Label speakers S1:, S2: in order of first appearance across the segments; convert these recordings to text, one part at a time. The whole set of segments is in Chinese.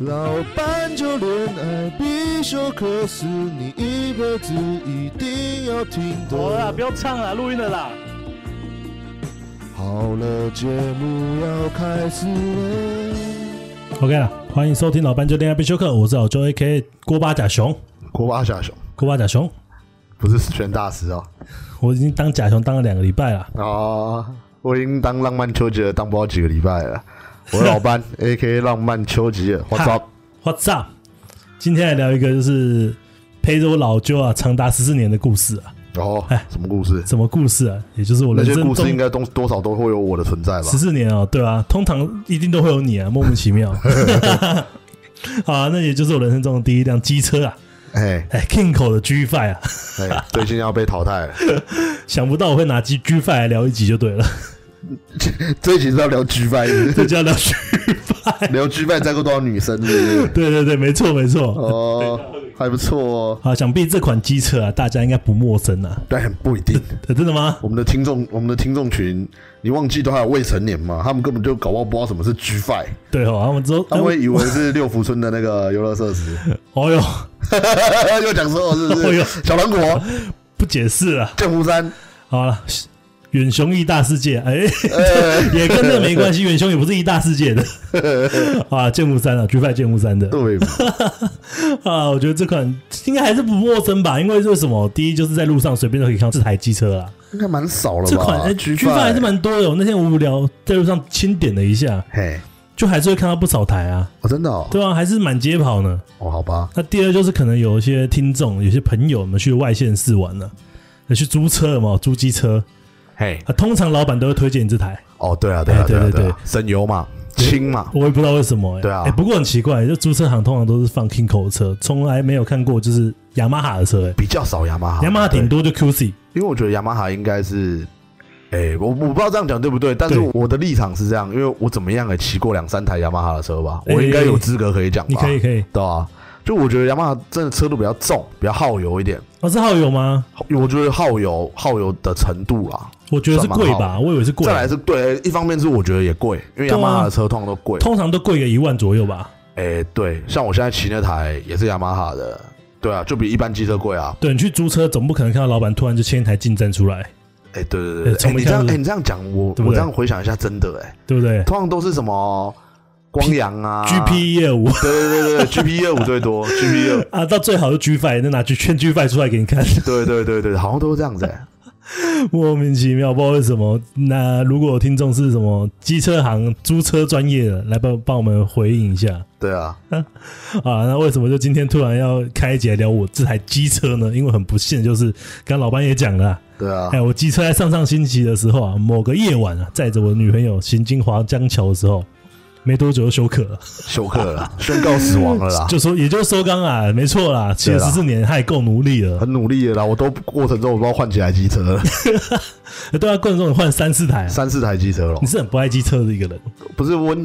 S1: 老板就恋爱必修课是你一辈子一定要听
S2: 好了啦，
S1: 的
S2: 不。要唱了，录音了啦。
S1: 好了，节目要开始了。
S3: OK 了，欢迎收听老班就恋爱必修课，我是老周 AK 锅巴甲熊，
S4: 国巴甲熊
S3: 锅巴甲熊，
S4: 不是选大师哦。
S3: 我已经当甲熊当了两个礼拜了，
S4: 哦，我已经当浪漫丘吉尔当不到几个礼拜了。我是老 班，A K 浪漫丘吉尔，我操，
S3: What's up？今天来聊一个就是陪着我老舅啊长达十四年的故事啊，
S4: 哦，什么故事？
S3: 什么故事啊？也就是我
S4: 那
S3: 人
S4: 些
S3: 生
S4: 故事应
S3: 中
S4: 该都多少都会有我的存在吧
S3: 十？四年哦，对啊，通常一定都会有你啊，莫名其 妙。好啊，那也就是我人生中的第一辆机车啊，
S4: 哎
S3: 哎，Kingo 的 G Five 啊，
S4: 哎，最近要被淘汰 了。
S3: 想不到我会拿 G G Five 来聊一集就对 了，
S4: 这一集是要聊 G 拜，
S3: 这就要聊 G，
S4: 聊 G 拜载过多少女生是不是？
S3: 对对对，没错没错。
S4: 哦，还不错哦。
S3: 啊，想必这款机车啊，大家应该不陌生啊。
S4: 但不一定，
S3: 呃真的吗？
S4: 我们的听众，我们的听众群，你忘记都还有未成年嘛？他们根本就搞不好不知道什么是 G 拜，
S3: 对哦，他们之后，
S4: 他们会以为是六福村的那个游乐 设施。
S3: 哦哟，
S4: 又讲错了是不
S3: 哎呦
S4: 是？小糖果、
S3: 不解释了。
S4: 剑湖山，
S3: 好了，远雄一大世界， 哎、
S4: 呃，
S3: 也跟这没关系，远雄也不是一大世 界的啊。剑湖山啊，举牌剑湖山的
S4: 对嘛，
S3: 啊，我觉得这款应该还是不陌生吧，因为为什么？第一就是在路上随便都可以看到这台机车啦。
S4: 应该蛮少了吧？
S3: 这款哎，
S4: G5
S3: 举牌还是蛮多的。我那天无聊在路上轻点了一下，
S4: 嘿，
S3: 就还是会看到不少台啊，
S4: 哦，真的哦，
S3: 对啊，还是满街跑呢。
S4: 哦，好吧，
S3: 那第二就是可能有一些听众、有些朋友们去外县市玩了、有去租车嘛，租机车
S4: 嘿，
S3: 啊，通常老板都会推荐这台，
S4: 哦，对啊，对啊，
S3: 哎对
S4: 啊，
S3: 对
S4: 啊，省油嘛，轻嘛，
S3: 我也不知道为什么、欸。
S4: 对啊
S3: 哎、不过很奇怪，就租车行通常都是放 Kingo 的车，从来没有看过就是雅马哈的车、欸，
S4: 比较少雅马哈，
S3: 雅马哈顶
S4: 啊
S3: 多
S4: 对，
S3: 就 QC，
S4: 因为我觉得雅马哈应该是。哎、我我不知道这样讲对不对，但是
S3: 对
S4: 我的立场是这样，因为我怎么样也骑过两三台雅马哈的车吧，
S3: 哎
S4: 我应该有资格可以讲吧？
S3: 你可以，可以。
S4: 对啊，就我觉得雅马哈真的车都比较重，比较耗油一点，
S3: 哦，是好友吗？
S4: 我觉得耗油耗油的程度啦，
S3: 我觉得是贵
S4: 算蛮
S3: 吧，我以为是贵啊
S4: 再，来是对，一方面是我觉得也贵，因为雅马哈的车通常都贵。
S3: 通常都贵个一万左右吧。
S4: 哎、对，像我现在骑那台也是雅马哈的，对啊，就比一般机车贵啊。
S3: 对你去租车，总不可能看到老板突然就牵一台进站出来，
S4: 哎、对对
S3: 哎
S4: 对对，
S3: 从
S4: 哎、
S3: 没
S4: 你这
S3: 看
S4: 样，哎、
S3: 过
S4: 你这样讲，我
S3: 对不对
S4: 我这样回想一下，真的哎、
S3: 对不对
S4: 通常都是什么光阳啊
S3: ？GP 业务
S4: 对对对对，GP 二五最多，GP 二，
S3: 啊，到最好就 G Five，那拿去圈 G Five 出来给你看。
S4: 对对对对，好像都是这样子、哎
S3: 莫名其妙，不知道为什么。那如果有听众是什么机车行租车专业的，来帮帮我们回应一下
S4: 对啊，
S3: 啊。那为什么就今天突然要开一节聊我这台机车呢？因为很不幸，就是刚刚老班也讲了啊，
S4: 对啊
S3: 哎、，我机车在上上星期的时候啊，某个夜晚啊，载着我女朋友行经华江桥的时候。没多久就休克了，
S4: 休克了 啦，宣告死亡了啦，
S3: 就说也就是说刚啊，没错啦，骑了
S4: 啊对
S3: 十
S4: 啦
S3: 四年，他也够努力了。
S4: 很努力的啦，我都过程中我都要换几台机车了，
S3: 哎对啊，过程中你换三四台、啊，
S4: 三四台机车了
S3: 你。是很不爱机车的一个人。
S4: 不是我很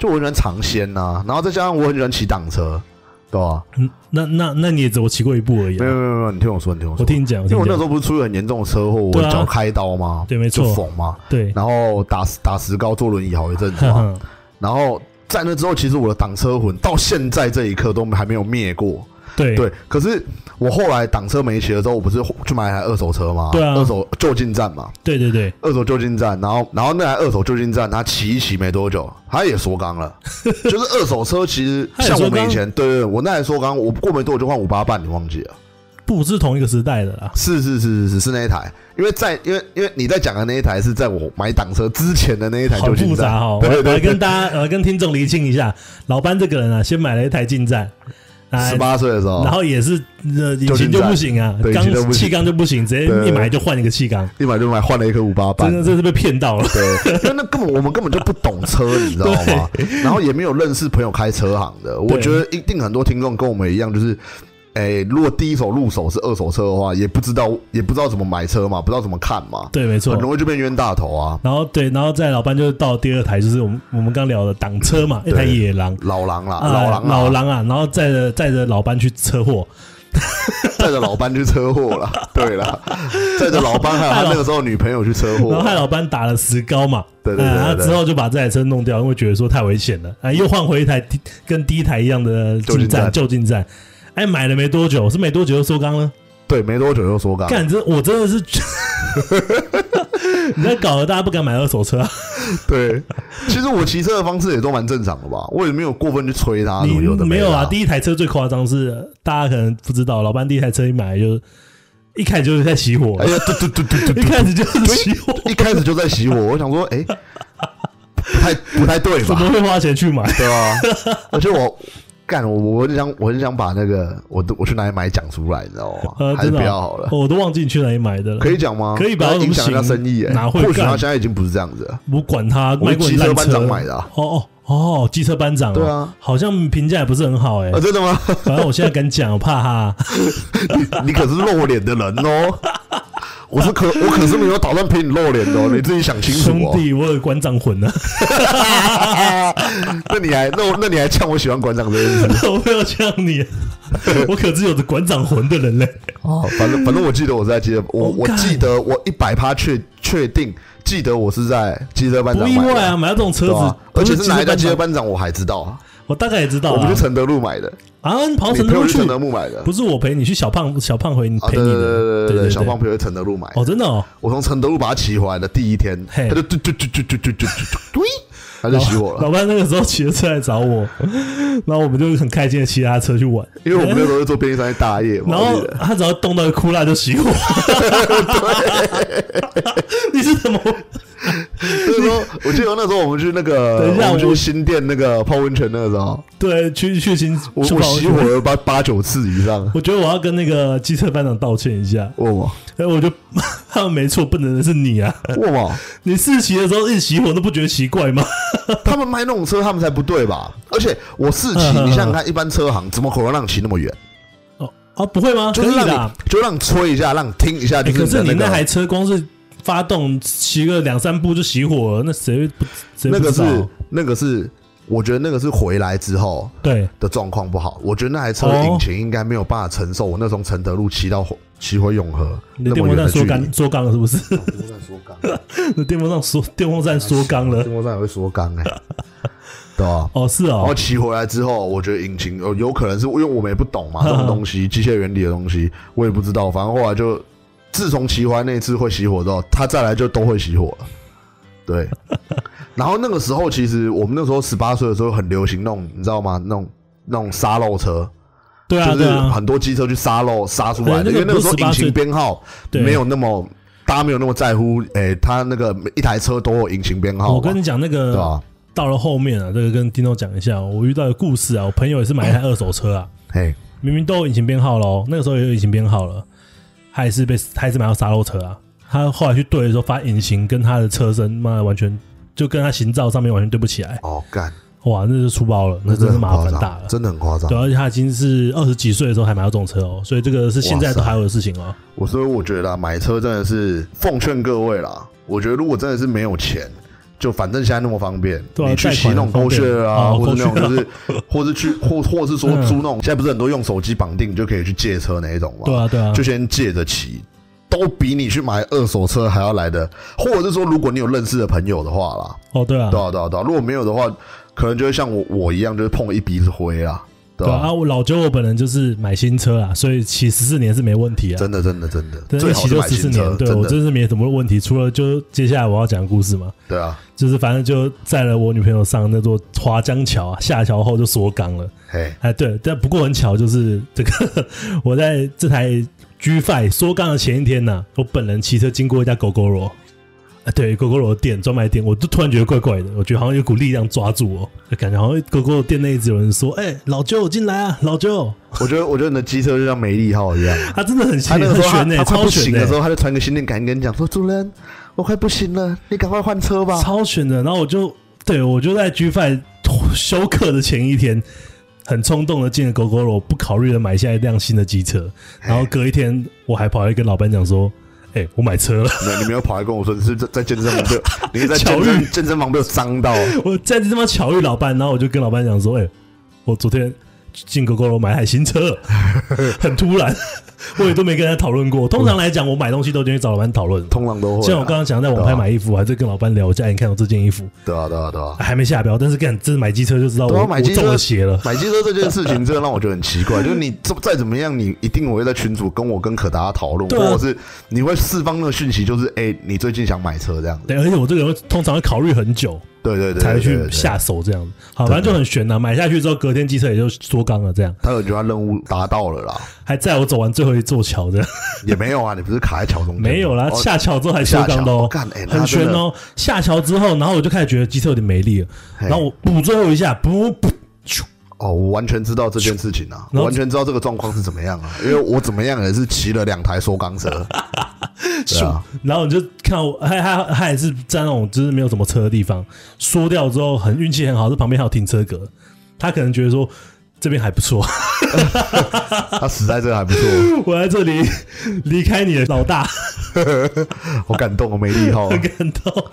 S4: 就我很喜欢尝鲜呐、然后再加上我很喜欢骑挡车，对吧、
S3: 嗯，那那那你也只有骑过一步而已啊、
S4: 没有没有没有，你听我说，你听我说，
S3: 我听你讲，我
S4: 因
S3: 听
S4: 为我
S3: 你
S4: 那
S3: 讲
S4: 时。候不是出了很严重的车祸，我
S3: 对啊
S4: 脚开刀吗？
S3: 对没错
S4: 就缝嘛，
S3: 对，
S4: 然后打打石膏坐轮椅好一阵子
S3: 哈
S4: 嘛，
S3: 哈，
S4: 然后在那之后，其实我的挡车魂到现在这一刻都还没有灭过。
S3: 对
S4: 对，可是我后来挡车没骑了之后，我不是去买一台二手车吗？
S3: 对啊
S4: 二手就近站嘛，
S3: 对对对，
S4: 二手旧金站，然后然后那台二手旧金站，它骑一骑没多久，它也缩缸 了。就是二手车其实
S3: 它也
S4: 像我
S3: 缩缸
S4: 们以前，对对对，我那台缩缸，我过没多久就换五八半，你忘记了？
S3: 不是同一个时代的啦。
S4: 是是是是是是那一台，因为在因为因为你在讲的那一台是在我买挡车之前的那一台
S3: 好
S4: 旧
S3: 复
S4: 金
S3: 杂
S4: 站，
S3: 哈、哦，
S4: 对
S3: 我
S4: 对
S3: 来
S4: 对
S3: 跟大家，呃，跟听众厘清一下，老班这个人啊，先买了一台进站，啊
S4: 十，八岁的时候，
S3: 然后也是呃，引
S4: 就
S3: 擎
S4: 进
S3: 就
S4: 站
S3: 不行啊，
S4: 对引擎就
S3: 缸
S4: 不行
S3: 气缸就不行，直
S4: 对
S3: 接
S4: 对
S3: 一
S4: 对
S3: 买就换一个气缸，
S4: 立马就买换了一颗五八半
S3: 真。的这是被骗到了。
S4: 对，因为那根本我们根本就不懂车，你知道吗？然后也没有认识朋友开车行的，我觉得一定很多听众跟我们一样，就是，哎、如果第一手入手是二手车的话，也不知道也不知道怎么买车嘛，不知道怎么看嘛，
S3: 对，没
S4: 很
S3: 错。
S4: 容易就变冤大头啊，
S3: 然后对，然后再老班就到第二台，就是我们我们刚聊的挡车嘛，一
S4: 对
S3: 台野狼，
S4: 老狼啦，
S3: 啊
S4: 老狼啦，
S3: 老狼啊，然后载着载着老班去车祸，
S4: 载着老班去车祸了。对了，载着老班还有他那个时候女朋友去车祸
S3: 然后，害老班打了石膏嘛，
S4: 啊对对对
S3: 哎
S4: 对对
S3: 他之后就把这台车弄掉，因为觉得说太危险了，哎，又换回一台第跟第一台一样的
S4: 旧
S3: 进
S4: 进
S3: 站
S4: 站
S3: 就近站，哎，买了没多久，是没多久就收缸了，
S4: 对，没多久又说干了。
S3: 干这我真的是，你在搞得大家不敢买二手车啊，
S4: 对，其实我骑车的方式也都蛮正常的吧，我也没有过分去催他什
S3: 你
S4: 么有的
S3: 没
S4: 的
S3: 有啊？
S4: 啊。
S3: 第一台车最夸张是大家可能不知道，老班第一台车一买就一开始就是在熄火
S4: 哎，呀，对对对对
S3: 一
S4: 对，
S3: 开始就是熄火，
S4: 一开始就在洗我，我想说，哎，不太不太对
S3: 怎么
S4: 吧？
S3: 会花钱去买？
S4: 对吧？而且我干，我我很想，我很想把那个我我去哪里买讲出来，你知道
S3: 呃
S4: 吗？，还是
S3: 真的
S4: 不
S3: 啊
S4: 要好了。
S3: 哦我都忘记你去哪里买的了。
S4: 可以讲吗？
S3: 可以吧
S4: 那影响一下
S3: 我怎么行
S4: 生意哎、
S3: 哪会
S4: 或许
S3: 干
S4: 他现在已经不是这样子了。
S3: 我管他，
S4: 我
S3: 卖
S4: 是
S3: 过
S4: 机
S3: 你烂
S4: 车
S3: 车
S4: 班长买的啊、
S3: 哦哦哦，机车班长、哦，
S4: 对啊，
S3: 好像评价也不是很好哎、
S4: 啊，真的吗？
S3: 反正我现在敢讲，我怕他。
S4: 你可是露脸的人哦。我是可我可是没有打算陪你露脸 的、哦，你自己想清楚
S3: 兄
S4: 哦。
S3: 弟，我有馆长魂呢、啊，
S4: 那你还那我那你还呛我喜欢馆长这件事
S3: 我没有呛 你，我可是有着馆长魂的人嘞。
S4: 哦？反正反正我记得我是在记得我
S3: 哦
S4: 我
S3: 干
S4: 记得我一百趴确确定记得我是在机车班
S3: 不
S4: 长
S3: 意
S4: 买的
S3: 外啊，，买到这种车
S4: 对
S3: 子，
S4: 吧？
S3: 不
S4: 而且是哪一家
S3: 机
S4: 机
S3: 车
S4: 车
S3: 班
S4: 班长我还知道啊，
S3: 长？我大概也知道
S4: 我
S3: 啊
S4: 们去。承德路买的，
S3: 啊，你跑
S4: 你
S3: 成
S4: 陪
S3: 都
S4: 我去
S3: 去
S4: 承，德路买的，
S3: 不是我陪你去小胖小胖回你
S4: 啊，
S3: 陪
S4: 对
S3: 你
S4: 对
S3: 的，对
S4: 对对对，小胖陪我去承德路买的
S3: 哦，真的哦，
S4: 我从承德路把他骑回来的第一天，
S3: 嘿
S4: 他就嘟嘟嘟嘟嘟嘟嘟嘟嘟，嘟他就骑我了，
S3: 老班那个时候骑着车来找我， 然后我们就很开心的骑他的车去玩，
S4: 因为我们那时候在做便利商店大业嘛，
S3: 然
S4: 我
S3: 后
S4: 记得
S3: 他只要动到哭辣就熄火。 你是怎么？
S4: 那时候我记得那时候我们去那个，
S3: 等一下
S4: 我们
S3: 我
S4: 去新店那个泡温泉那个时候，
S3: 对，去去新
S4: 我
S3: 去
S4: 我
S3: 跑
S4: 熄火了八八九次以 上，
S3: 我觉得我要跟那个机车班长道歉一下。
S4: 问我
S3: 哎，我就他们没错，不能的是你啊！
S4: 问我，
S3: 你试骑的时候一直熄火都不觉得奇怪吗？
S4: 他们卖那种车他们才不对吧？而且我试骑，
S3: 嗯
S4: 你想想看，一般车行怎么可能让你骑那么远？
S3: 哦啊，不会吗？
S4: 就
S3: 可
S4: 是
S3: 以
S4: 让
S3: 的啊。
S4: 你就让你吹一下，让你听一下，
S3: 哎
S4: 就
S3: 可是
S4: 是
S3: 你
S4: 的
S3: 那
S4: 个
S3: 台车光是发动骑个两三步就熄火了，那谁会不谁
S4: 那
S3: 不
S4: 个
S3: 知道
S4: 是？那个是，我觉得那个是回来之后。
S3: 对，
S4: 的状况不好，我觉得那台车
S3: 哦
S4: 引擎应该没有办法承受我那从承德路骑到骑回永和
S3: 你
S4: 那
S3: 电
S4: 么
S3: 风
S4: 远
S3: 扇
S4: 的距
S3: 缩
S4: 离。
S3: 缸缩缸了是不是？
S4: 哦电风扇缩缸，
S3: 你电风扇缩电风扇缩缸了
S4: 电。风扇也会缩缸哎，对吧？
S3: 哦，是
S4: 然
S3: 哦
S4: 后，骑回来之后，我觉得引擎呃有可能是因为我们也不懂 嘛，
S3: 嗯
S4: 这种东西机械原理的东西我也不知道，反正后来就自从骑回来那一次会熄火之后，他再来就都会熄火了。 对，然后那个时候其实我们那时候十八岁的时候很流行那种你知道吗？那种那种沙漏车，
S3: 对啊，
S4: 就
S3: 对
S4: 是
S3: 啊，
S4: 很多机车去杀肉杀出来的，
S3: 对那个
S4: 因为那
S3: 不是
S4: 个时候
S3: 18
S4: 引
S3: 岁
S4: 擎编号
S3: 对
S4: 没有那么大家没有那么在乎，诶、它那个一台车都有引擎编号嘛，
S3: 我跟你讲，那
S4: 对
S3: 个
S4: 吧？
S3: 到了后面啊，这个跟丁豆讲一下，我遇到的故事啊，我朋友也是买一台二手车啊，
S4: 嘿，
S3: 明明都有引擎编号喽，那个时候也有引擎编号了，还是被还是买到沙漏车啊。他后来去对的时候，发现引擎跟他的车身，妈的完全就跟他行照上面完全对不起来，
S4: 哦，干，
S3: 哇，那就出包了，那真
S4: 真的
S3: 是
S4: 很
S3: 麻
S4: 夸
S3: 烦大
S4: 张，
S3: 了。
S4: 真的很夸张
S3: 对，。啊而且他已经是二十几岁的时候还买到这种车哦，所以这个是现在都还有的事情哦。
S4: 我所以我觉得啦，买车真的是奉劝各位啦，我觉得如果真的是没有钱。就反正现在那么方便，
S3: 对啊
S4: 你去骑那种
S3: 贷款很方
S4: 狗
S3: 便
S4: 血啊，
S3: 哦
S4: 或者那种
S3: 狗
S4: 就
S3: 血
S4: 是， 或者去或或是说
S3: 嗯
S4: 租那种，现在不是很多用手机绑定就可以去借车那一种嘛？
S3: 对啊，对啊，
S4: 就先借着骑，都比你去买二手车还要来的，或者是说，如果你有认识的朋友的话啦，
S3: 哦，对啊，
S4: 对啊对啊对啊，如果没有的话，可能就会像我我一样，就是碰了一鼻子灰啦，对
S3: 对
S4: 吧、
S3: 啊，我老九我本人就是买新车啊，所以骑十四年是没问题啊。
S4: 真的真的真的，
S3: 对，
S4: 最
S3: 一
S4: 好
S3: 骑
S4: 是
S3: 就
S4: 买
S3: 十四
S4: 新车，
S3: 年，对
S4: 真
S3: 我
S4: 的
S3: 真是没什么问题。除了就接下来我要讲的故事嘛，
S4: 对啊，
S3: 就是反正就载了我女朋友上那座华江桥啊，下桥后就锁港了。
S4: 嘿，
S3: 哎，对，但不过很巧，就是这个 我在这台 G Five 缩缸的前一天呢、我本人骑车经过一家狗狗罗，啊，对，狗狗罗店专卖店，我就突然觉得怪怪的，我觉得好像有股力量抓住我，就感觉好像狗狗肉店内一直有人说，哎、老舅进来啊，老舅，
S4: 我觉得我觉得你的机车就像梅利号 一样，
S3: 他真的很
S4: 他
S3: 很
S4: 那个时候他
S3: 悬呢、
S4: 他快
S3: 超欸
S4: 不
S3: 悬
S4: 行
S3: 呢、
S4: 的时候，他就传个心电感应跟你讲说，主人，我快不行了，你赶快换车吧。
S3: 超悬的。然后我就对我就在 G Five 休克的前一天，很冲动的进了 GoGoRo，不考虑的买下一辆新的机车。然后隔一天，我还跑来跟老板讲说：“ 哎、我买车了，
S4: 没有你没有跑来跟我说，你是不是在在健身房被我， 你是在健
S3: 巧遇
S4: 身健身房被我伤到，
S3: 我在这地方巧遇老板。”然后我就跟老 板讲说：“哎、我昨天。”进 GoGoRo 买台新车了，很突然，我也都没跟他讨论过。通常来讲，我买东西都先去找老板讨论。
S4: 通常都会啊。
S3: 像我刚刚讲，在网拍买衣服，我还是跟老板聊，我家你看我这件衣服
S4: 对啊对啊对啊，
S3: 还没下标，但是干，这买机车就知道
S4: 对啊
S3: 我
S4: 买
S3: 哦我
S4: 机车
S3: 中了邪了。
S4: 买机车这件事情真的让我觉得很奇怪， 就是你再再怎么样，你一定会在群组跟我跟可达讨论，
S3: 对
S4: 或
S3: 啊
S4: 者是你会释放那个讯息，就是哎、你最近想买车这样子。
S3: 对，而且我这个人通常会考虑很久
S4: 对对对
S3: 才会
S4: 对
S3: 去
S4: 对对
S3: 下手，这样子。好，反正就很悬呐、买下去之后，隔天机车也就缩缸了，这样
S4: 他有觉得他任务达到了啦，
S3: 还载我走完最后一座桥 这样。
S4: 也没有啊，你不是卡在桥中间吗？
S3: 没有啦，
S4: 哦
S3: 下桥之后还修钢的
S4: 下桥
S3: 哦
S4: 干哎，那
S3: 很悬
S4: 真
S3: 哦。下桥之后，然后我就开始觉得机车有点没力了，
S4: 嘿
S3: 然后我补最后一下，补补，咻
S4: 哦，我完全知道这件事情啊，
S3: 然后
S4: 我完全知道这个状况是怎么样啊，因为我怎么样也是骑了两台缩缸 车，对啊，
S3: 然后你就看到我，还还还也是在那种就是没有什么车的地方，缩掉之后很运气很好，是旁边还有停车格，他可能觉得说这边还不错，
S4: 他死在这还不错，
S3: 我在这里离开你的老大，
S4: 好感动哦，没力 号啊，
S3: 很感动。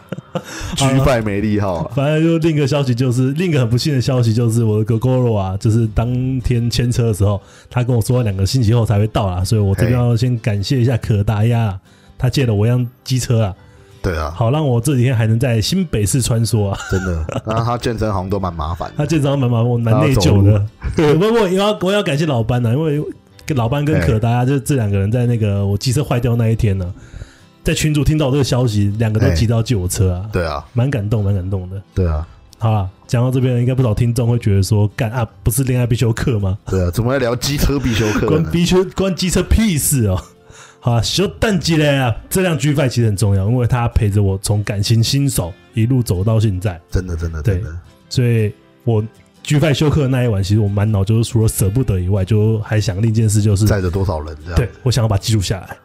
S4: 居败没力号啊，
S3: 反正就另一个消息就是，另一个很不幸的消息就是，我的 g o g o r o 啊，就是当天牵车的时候，他跟我说两个星期后才会到啦，所以我这边
S4: 嘿
S3: 要先感谢一下可达鸭啦，他借了我一辆机车啊，
S4: 对啊，
S3: 好让我这几天还能在新北市穿梭啊。
S4: 真的，那他健身好像都蛮麻烦
S3: 他
S4: 的，
S3: 健身蛮蛮我蛮
S4: 他要
S3: 内
S4: 走
S3: 疚
S4: 路
S3: 的， 不不，我也要我也要感谢老班呐、因为跟老班跟
S4: 嘿
S3: 可达鸭就是这两个人在那个我机车坏掉那一天呢、在群主听到我这个消息，两个都
S4: 嘿
S3: 急着要借我车啊，
S4: 对啊，
S3: 蛮感动，蛮感动的。
S4: 对啊，
S3: 好啦，讲到这边，应该不少听众会觉得说，干啊，不是恋爱必修课吗？
S4: 对啊，怎么会聊机车必修课
S3: 关
S4: 呢？
S3: 必修关机车屁事哦！好啊，修蛋机嘞啊！这辆 G 5其实很重要，因为它陪着我从感情新手一路走到现在，
S4: 真的，真的，
S3: 对
S4: 真的，
S3: 所以我 G 5修课的那一晚，其实我满脑就是除了舍不得以外，就还想另一件事就是，
S4: 载着多少人这样？
S3: 对我想要把它记录下来，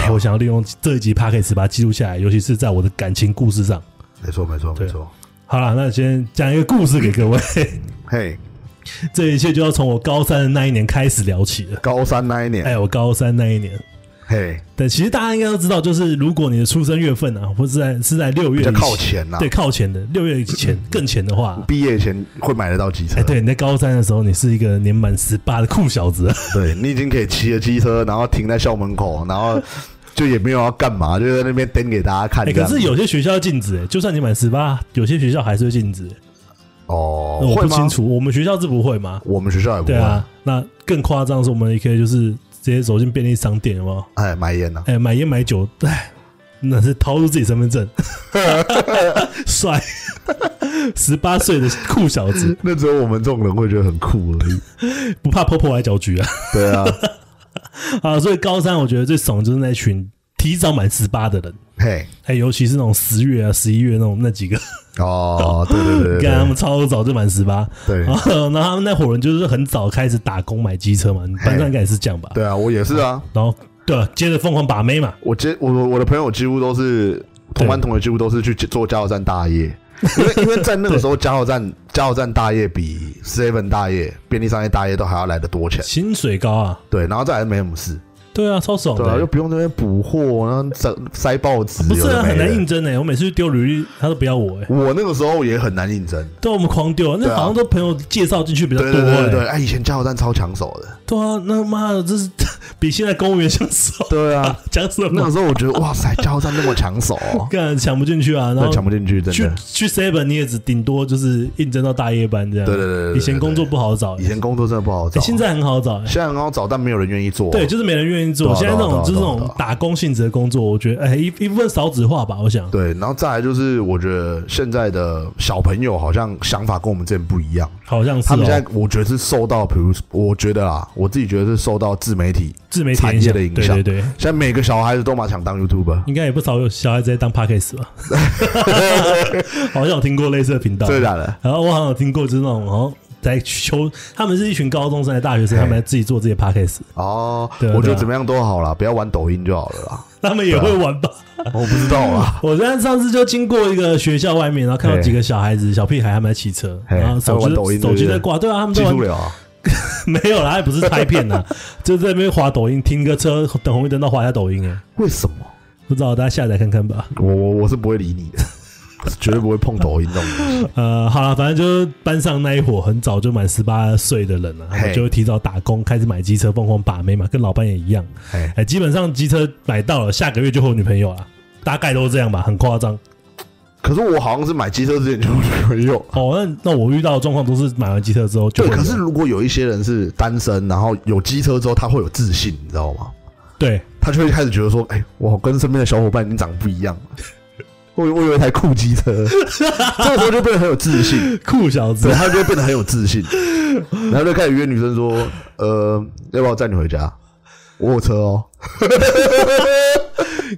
S3: 哎，我想要利用这一集 p a c k a g e 把它记录下来，尤其是在我的感情故事上。
S4: 没错，没错，没
S3: 对
S4: 错。
S3: 好了，那先讲一个故事给各位，
S4: 嘿，
S3: 这一切就要从我高三的那一年开始聊起了。
S4: 高三那一年，
S3: 哎，我高三那一年，
S4: 嘿，
S3: 对，其实大家应该都知道，就是如果你的出生月份啊，或是在是在六月
S4: 比较
S3: 以前
S4: 靠前啊嗯呐
S3: 对，靠前的六月以前更前的话，
S4: 毕业前会买得到机车
S3: 哎，，对，你在高三的时候，你是一个年满十八的酷小 子，
S4: 对你已经可以骑着机车，然后停在校门口，然后就也没有要干嘛，就在那边等给大家看
S3: 哎，
S4: 这
S3: 可
S4: 样子。
S3: 是有些学校禁止，哎，就算你满十八，有些学校还是会禁止，哎
S4: 哦
S3: 那，我
S4: 会
S3: 不
S4: 吗
S3: 清，楚，我们学校是不会吗？
S4: 我们学校也不
S3: 对
S4: 会。
S3: 啊，那更夸张的是，我们也可以就是直接走进便利商店，有没有？
S4: 哎，买烟呐，
S3: 哎，买烟买酒，哎，那是掏出自己身份 证，帅，十八岁的酷小子，
S4: 那只有我们这种人会觉得很酷而已。
S3: 不怕婆婆来搅局啊！
S4: 对啊，
S3: 啊，所以高三我觉得最爽的就是那群提早满十八的人，
S4: 嘿，
S3: 哎，尤其是那种十月啊、十一月那种那几个，
S4: 哦，对对对对
S3: 跟他
S4: 对
S3: 们超早就满十八。
S4: 对
S3: 然后然后他们那伙人就是很早开始打工买机车嘛，你班上应该也是这样吧？
S4: 对啊，我也是啊，
S3: 然后对啊，接着疯狂把妹嘛，
S4: 我接我我的朋友几乎都是同班同学，几乎都是去做加油站 大夜，因为因为在那个时候加油站加油站大夜比 Seven 大夜、便利商店大夜都还要来的多钱。
S3: 薪水高啊，
S4: 对，然后再来没什么事，
S3: 对啊，超爽的
S4: 对啊，
S3: 欸、
S4: 又不用那边补货，然后塞塞报纸，
S3: 不是
S4: 有
S3: 啊，
S4: 的没
S3: 很
S4: 的
S3: 难应。征哎、我每次丢履历，他都不要我哎、欸，
S4: 我那个时候也很难应征，
S3: 对啊，我们狂丢，那
S4: 对啊
S3: 好像都朋友介绍进去比较
S4: 对
S3: 多
S4: 对
S3: 哎、
S4: 对对，哎，以前加油站超抢手的，
S3: 对啊，那妈的，这是比现在公务员抢 手，
S4: 对啊，
S3: 讲什
S4: 那
S3: 么
S4: 个？时候我觉得哇塞，加油站那么抢 手，
S3: 干抢不进去啊，然
S4: 那
S3: 后
S4: 抢不进去，真
S3: 去
S4: 的。
S3: 去 seven 你也只顶多就是应征到大夜班这样。
S4: 对对对对对
S3: 以前工作不好找、
S4: 以前工作真的不好
S3: 欸
S4: 找，
S3: 现在很好找、欸。
S4: 现在很好找，但没有人愿意做。
S3: 对，就是没人愿意做。
S4: 对啊
S3: 现在这种
S4: 对啊对啊
S3: 就是这
S4: 对啊
S3: 种
S4: 对啊
S3: 打工性质的工作，我觉得，哎，一一部分少子化吧，我想。
S4: 对，然后再来就是，我觉得现在的小朋友好像想法跟我们之前不一样。
S3: 好像是
S4: 他们现
S3: 哦，
S4: 在我觉得是受到，比如我觉得啦，我自己觉得是受到自媒体。
S3: 自媒体
S4: 产业的影响
S3: 对对对，
S4: 现在每个小孩子都嘛想当 YouTuber，
S3: 应该也不少有小孩子在当 podcast 吧？ 好像有听过类似的频道。
S4: 真的假的？
S3: 然后我好像有听过，就是那种好像在求，他们是一群高中生、还是大学生，
S4: 嘿
S3: 他们在自己做自己的 podcast，
S4: 哦，
S3: 对啊
S4: 我觉
S3: 对
S4: 得
S3: 啊
S4: 怎么样都好啦，不要玩抖音就好了啦。
S3: 他们也会玩吧？
S4: 我不知道 啦，
S3: 我现在上次就经过一个学校外面，然后看到
S4: 嘿
S3: 几个小孩子、小屁孩他们在骑车，
S4: 嘿
S3: 然后手
S4: 他们玩抖
S3: 机
S4: 音
S3: 手
S4: 对
S3: 机
S4: 不对
S3: 在挂，对啊，他们在
S4: 技
S3: 玩
S4: 术流啊，
S3: 没有啦，他也不是拍片 呐，就在那边滑抖音，停个车，等红绿灯到滑一下抖音哎，
S4: 为什么？
S3: 不知道大家下载看看吧。
S4: 我我我是不会理你的。 绝对不会碰抖音这种东 西。
S3: 呃，好了，反正就是班上那一伙很早就满十八岁的人了、他
S4: 嘿
S3: 们就会提早打工，开始买机车，疯狂把妹嘛，跟老班也一样。
S4: 哎
S3: 哎、，基本上机车买到了，下个月就会有女朋友了，大概都这样吧，很夸张。
S4: 可是我好像是买机车之前就没有。
S3: 哦，那那我遇到的状况都是买完机车之后就
S4: 对，
S3: 会有
S4: 可是如果有一些人是单身，然后有机车之后，他会有自信，你知道吗？
S3: 对，
S4: 他就会开始觉得说，哎、我跟身边的小伙伴已经长不一样了。我我有一台酷机车， 这个时候就变得很有自信，
S3: 酷小子
S4: 对，，他就会变得很有自信，然后就开始约女生说，呃，要不要载你回家？我有车哦，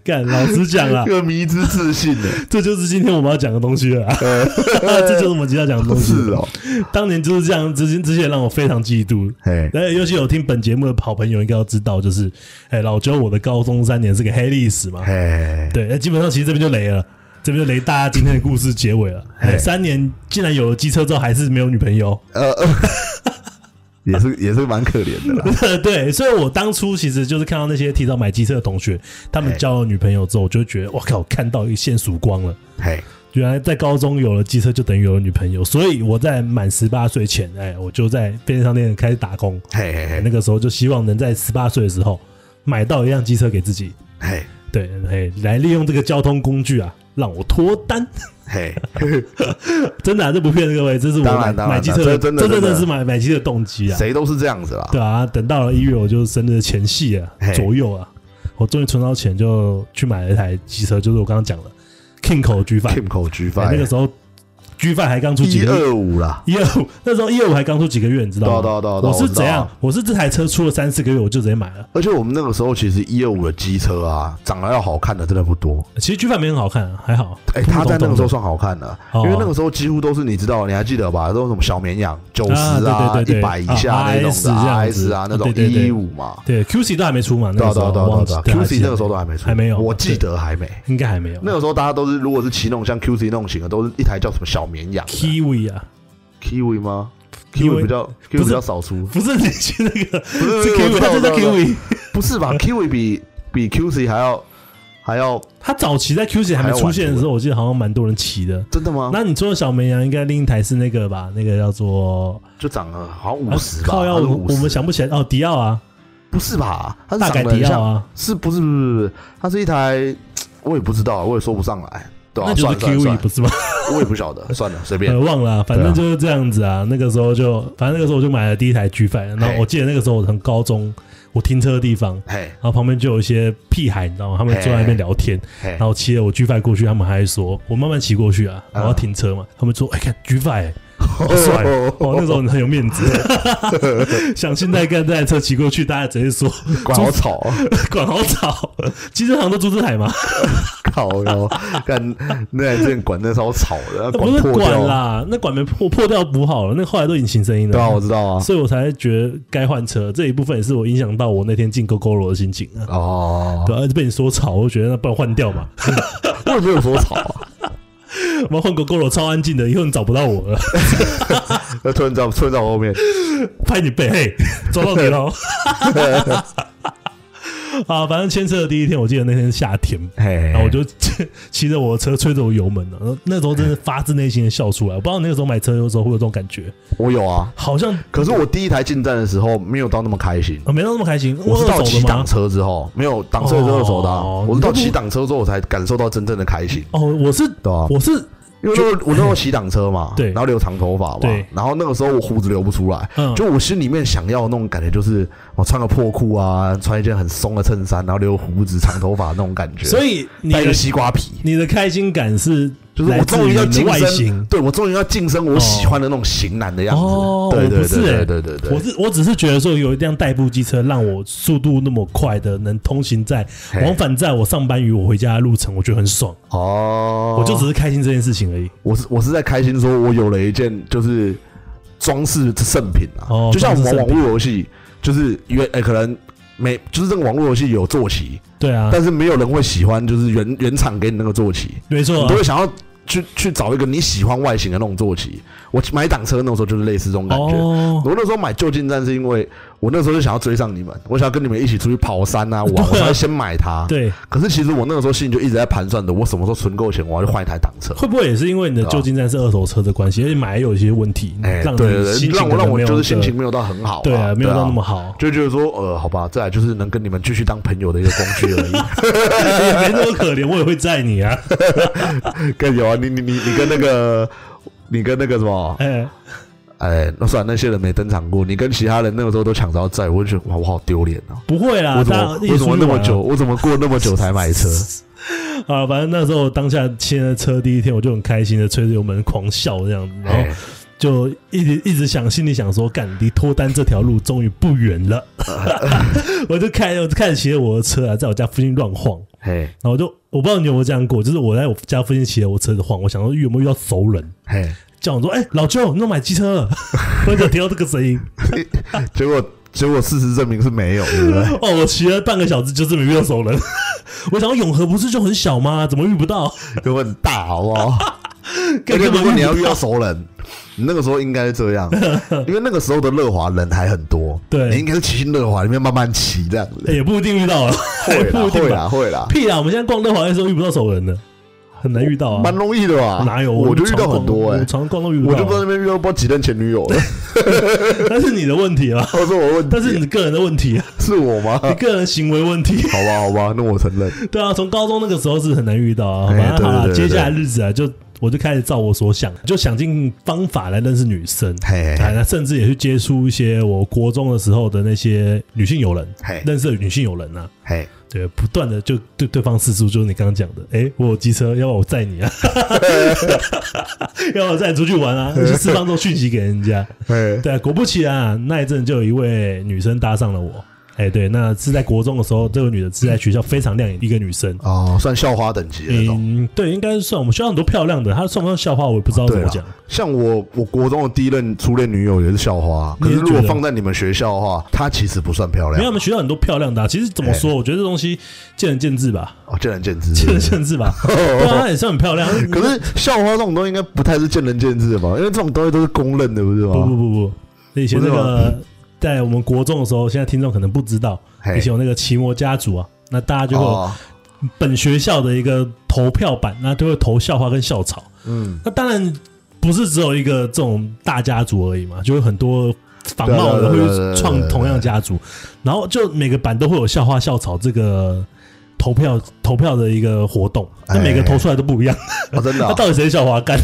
S3: 干老实讲啊
S4: 这，个迷之自信的，
S3: 这就是今天我们要讲的东西了、 啊，这就是我们今天要讲的东西。
S4: 呃是哦，
S3: 当年就是这样，之前之前让我非常嫉妒。
S4: 哎，
S3: 那尤其有听本节目的好朋友应该要知道，就是，哎、老周我的高中三年是个黑历史嘛，
S4: 哎，
S3: 对，那基本上其实这边就雷了，这边就雷大家今天的故事结尾了。哎，三年竟然有了机车之后还是没有女朋友，
S4: 呃，呃也是也是蛮可怜的啦，
S3: 对，所以我当初其实就是看到那些提早买机车的同学，他们
S4: 哎
S3: 交了女朋友之后，我就觉得，哇靠，看到一线曙光了。
S4: 嘿，
S3: 原来在高中有了机车就等于有了女朋友，所以我在满十八岁前，哎，我就在便利商店开始打工。
S4: 嘿嘿
S3: 哎
S4: 嘿，
S3: 那个时候就希望能在十八岁的时候买到一辆机车给自己，
S4: 嘿，
S3: 对，哎，来利用这个交通工具啊，让我脱单。
S4: 嘿，
S3: 真的、啊，这不骗各位，这是我
S4: 当然
S3: 买
S4: 当然
S3: 买机车的，
S4: 这真的
S3: 这
S4: 真的
S3: 是买买机车的动机啊。
S4: 谁都是这样子啦，
S3: 对啊，等到了一月，我就生日前夕啊
S4: 嘿
S3: 左右啊，我终于存到钱，就去买了一台机车，就是我刚刚讲的 Kingco G f i
S4: Kim 口局
S3: 啊哎那
S4: 饭
S3: 个时候 G f i 还刚出几
S4: 一
S3: 个月，
S4: 二五啦，
S3: 一二五那时候一二五还刚出几个月，你知道吗？
S4: 对啊对啊对
S3: 我
S4: 啊我
S3: 是
S4: 知道
S3: 怎
S4: 啊
S3: 样？我是这台车出了三四个月，我就直接买了。
S4: 而且我们那个时候其实一二五的机车啊，长得要好看的真的不多。
S3: 其实 G f i 没很好看、啊，还好。
S4: 哎、
S3: 普普
S4: 他
S3: 通
S4: 在那个
S3: 通
S4: 时候
S3: 的
S4: 算好看的，
S3: 哦
S4: 因为那个时候几乎都是你知道，你还记得吧？都是什么小绵羊九
S3: 啊
S4: 十啊、
S3: 对对对
S4: 一
S3: 对
S4: 百以下
S3: 啊
S4: 那种
S3: RS
S4: 的
S3: 这样子
S4: S 啊那种
S3: 对对对
S4: 一五嘛。
S3: 对 QC 都还没出嘛，那
S4: 对
S3: 个
S4: 啊
S3: 时
S4: 对啊
S3: 候
S4: 对啊
S3: 忘记
S4: 对啊
S3: 对还
S4: ，QC
S3: 记
S4: 那
S3: 得
S4: 个时候都还没出，
S3: 还没有，
S4: 我记
S3: 对
S4: 得还没。
S3: 应该还没有。
S4: 那个时候大家都是，如果是骑那种像 QC 那种型的，都是一台叫什么小绵羊的
S3: Kiwi 啊，
S4: Kiwi 吗
S3: Kiwi
S4: ？Kiwi 比较
S3: 不是
S4: Kiwi 比较少出，
S3: 不是你去那个，
S4: 不是
S3: 是 Kiwi，它就叫 Kiwi。
S4: 不是吧？Kiwi 比比 QC 还要还要
S3: 它早期在 QC 还没出现的时候，我记得好像蛮多人骑的。
S4: 真的吗？
S3: 那你说的小绵羊，应该另一台是那个吧？那个叫做啊
S4: 就涨了好像五十吧，
S3: 靠要
S4: 好像
S3: 我
S4: 50
S3: 我们想不起来哦，迪奥啊，
S4: 不是吧？它是
S3: 大
S4: 长
S3: 概
S4: 得很
S3: 迪奥
S4: 像，
S3: 啊，
S4: 是不是？不是不是，它是一台，我也不知道，我也说不上来，对
S3: 那
S4: 吧、啊？
S3: 就是
S4: 算了算了
S3: Kiwi
S4: 算
S3: 不是吗？
S4: 了，我也不晓得，算了，随便
S3: 呃，。 忘了啊，反正就是这样子啊。那个时候就，反正那个时候我就买了第一台 G f i 然后我记得那个时候我从高中，我停车的地方，
S4: 嘿，
S3: 然后旁边就有一些屁孩，你知道吗？他们坐在那边聊天，
S4: 嘿
S3: 然，后骑着我 G f i 过去，他们还说，我慢慢骑过去啊，我要停车嘛，他们说，哎，看 G f i 好帅哦！哦那时候你很有面子， 想现在干这台车骑过去，大家直接说
S4: 管好吵，
S3: 管好吵， 机车行都租这台嘛，
S4: 靠哟！干那台之前管那超吵的，
S3: 那不是
S4: 破
S3: 管
S4: 掉，
S3: 啦，那管没破破掉补好了，那后来都引擎声音了，
S4: 对啊，我知道啊。
S3: 所以我才觉得该换车。这一部分也是我影响到我那天进 GoGo 罗的心情啊。
S4: 哦，
S3: 对啊，而且被你说吵，我就觉得那不然换掉吧，
S4: 我也没有说吵啊。
S3: 我们换 GoGo 罗超安静的，以后你找不到我了，
S4: 那突然在突然在我后面，
S3: 拍你背， 嘿，抓到你喽。啊，反正牵车的第一天，我记得那天是夏天，
S4: 嘿，
S3: 然后我就 骑着我的车，吹着我油门呢、啊。那时候真的发自内心的笑出来。我不知道那个时候买车的时候会有这种感觉，
S4: 我有啊。
S3: 好像
S4: 可是我第一台进站的时候没有到那么开心，
S3: 啊没到那么开心。
S4: 我是到
S3: 二手
S4: 骑
S3: 的吗
S4: 挡？车之后，没有挡车也是二手的啊、
S3: 哦
S4: 我是到骑
S3: 你都不
S4: 挡车之后，我才感受到真正的开心，
S3: 哦，我是，
S4: 对吧、
S3: 我是，
S4: 因为那时候我那时候骑挡车嘛，
S3: 对
S4: 然后留长头发嘛，
S3: 对
S4: 然后那个时候我胡子留不出来，
S3: 嗯
S4: 就我心里面想要的那种感觉，就是我穿个破裤啊，穿一件很松的衬衫，然后留胡子、长头发那种感觉，
S3: 所以你
S4: 戴一
S3: 的
S4: 啊个西瓜皮，
S3: 你的开心感是
S4: 就是
S3: 来
S4: 我
S3: 自
S4: 终于要
S3: 你的
S4: 晋
S3: 外
S4: 升，
S3: 形。
S4: 对我终于要晋升我喜欢的那种型男的样子，
S3: 哦
S4: 对
S3: 我
S4: 对
S3: 不是欸
S4: 对对对对对，
S3: 我是我只是觉得说有一辆代步机车让我速度那么快的能通行在
S4: 嘿
S3: 往返在我上班与我回家的路程，我觉得很爽。
S4: 哦，
S3: 我就只是开心这件事情而已。
S4: 我是我是在开心，说我有了一件就是装饰圣品啊，
S3: 哦
S4: 就像我
S3: 装
S4: 们
S3: 饰
S4: 玩
S3: 圣
S4: 网络游戏，就是原诶、可能每就是这个网络游戏有坐骑，
S3: 对啊，
S4: 但是没有人会喜欢就是原原厂给你那个坐骑，
S3: 没错
S4: 你
S3: 啊
S4: 都。会想要去去找一个你喜欢外形的那种坐骑。我买挡车那时候就是类似这种感觉。
S3: 哦，
S4: 我那时候买就近站是因为我那时候就想要追上你们，我想要跟你们一起出去跑山 啊玩，我才会先买它。
S3: 对，
S4: 可是其实我那个时候心里就一直在盘算着，我什么时候存够钱，我要去换一台挡车。
S3: 会不会也是因为你的
S4: 对啊
S3: 旧金山是二手车的关系，而且买有一些问题，
S4: 哎、
S3: 让
S4: 对
S3: 你
S4: 对对，
S3: 心情可
S4: 让我
S3: 能
S4: 让我
S3: 没有
S4: 就是心
S3: 的
S4: 情没有到很好、
S3: 对
S4: 啊，
S3: 啊，没有到那么
S4: 好。
S3: 好，
S4: 就觉得说，呃，好吧，再来就是能跟你们继续当朋友的一个工具 而已。
S3: 也哎没那么可怜，我也会载你 啊。
S4: 更有啊，你你你你跟那个，你跟那个什么，
S3: 哎，
S4: 哎，那算了，那些人没登场过，你跟其他人那个时候都抢着要在，我就觉得哇，我好丢脸啊！
S3: 不会啦，
S4: 我怎
S3: 大
S4: 么
S3: 家一起
S4: 我怎么
S3: 出去
S4: 那么
S3: 玩啊
S4: 久，我怎么过那么久才买 车？
S3: 啊，反正那时候当下签了车第一天，我就很开心的吹着油门狂笑这样子，然后
S4: 哎
S3: 就一直一直想，心里想说，干离脱单这条路终于不远 了，我就开我就开始骑着我的车啊，在我家附近乱晃，
S4: 嘿
S3: 然后我就我不知道你有没有这样过，就是我在我家附近骑着我车子晃，我想说有没有遇到熟人。
S4: 嘿，
S3: 叫我说：“哎、老舅，你都买机车 了？”我就听到这个声音，
S4: 哎结果结果事实证明是没有，对不 对？
S3: 哦，我骑了半个小时，就是没遇到熟人。我想说永和不是就很小吗？怎么遇不到？
S4: 有很大，好 不好？而
S3: 根
S4: 且
S3: 本
S4: 如果你要
S3: 不
S4: 遇
S3: 到
S4: 到熟人，你那个时候应该是这 样，因为那个时候的乐华人还很多，
S3: 对
S4: 你应该是骑去乐华里面慢慢骑这样子。
S3: 哎也 不一定遇到了，
S4: 会
S3: 也不
S4: 啦
S3: 一定
S4: 会
S3: 吧。
S4: 啦会啦，
S3: 屁啊！我们现在逛乐华的时候遇不到熟人的，很难遇到啊。
S4: 蛮容易的吧？
S3: 哪有？
S4: 我就遇到
S3: 常
S4: 很多
S3: 逛
S4: 哎
S3: 我，常逛都遇不
S4: 我
S3: 到
S4: 就不知道
S3: 啊。
S4: 那边遇到不知道几任前女友 了，
S3: 那是你的问题 啊，
S4: 他说我问题，
S3: 但是你个人的问题啊，
S4: 是我 吗？
S3: 你个人行为问题。
S4: 好吧好吧，那我承认。
S3: 对啊，从高中那个时候是很难遇到啊。
S4: 哎
S3: 反正好了，
S4: 对对对
S3: 接下来日子啊，就我就开始照我所想，就想尽方法来认识女生。
S4: 嘿
S3: 哎，那甚至也去接触一些我国中的时候的那些女性友人，
S4: 嘿
S3: 认识的女性友人啊，
S4: 嘿，
S3: 对，不断的就对对方示出，就是你刚刚讲的，哎、我有机车，要不然我载 你啊， 要不然我载你出去玩 啊，去释放这种讯息给人家。
S4: 嘿
S3: 对、啊，果不其然、啊，那一阵就有一位女生搭上了我。哎、对，那是在国中的时候，这个女的是在学校非常亮眼的一个女生。
S4: 哦，算校花等级的那种。
S3: 嗯，对，应该是算我们学校很多漂亮的，她算不算校花，我也不知道怎
S4: 嗯哦对
S3: 么
S4: 啦
S3: 讲。
S4: 像我，我国中的第一任初恋女友也是校花，可
S3: 你
S4: 是
S3: 也
S4: 如果
S3: 觉得
S4: 放在你们学校的话，她其实不算漂
S3: 嗯没有，我
S4: 亮，
S3: 们学校很多漂亮的、啊，其实怎么说，我觉得这东西见仁见智吧，
S4: 哦，见仁哎 见智。哦
S3: 见仁见智吧。对啊，她也算很漂亮。
S4: 可是校花这种东西应该不太是见仁见智的吧？因为这种东西都是公认的，不是吗？
S3: 不不不不，以前那个在我们国中的时候，现在听众可能不知道，
S4: 嘿
S3: 以前有那个奇摩家族啊，那大家就会有
S4: 哦，
S3: 本学校的一个投票版，那就会投校花跟校草。
S4: 嗯，
S3: 那当然不是只有一个这种大家族而已嘛，就有很多仿冒的
S4: 对
S3: 会
S4: 对对对对
S3: 去创同样家族，然后就每个版都会有校花校草这个投票投票的一个活动，那每个投出来都不一样，
S4: 哎哦，真 的
S3: 那
S4: 哦，
S3: 到底谁是校花干？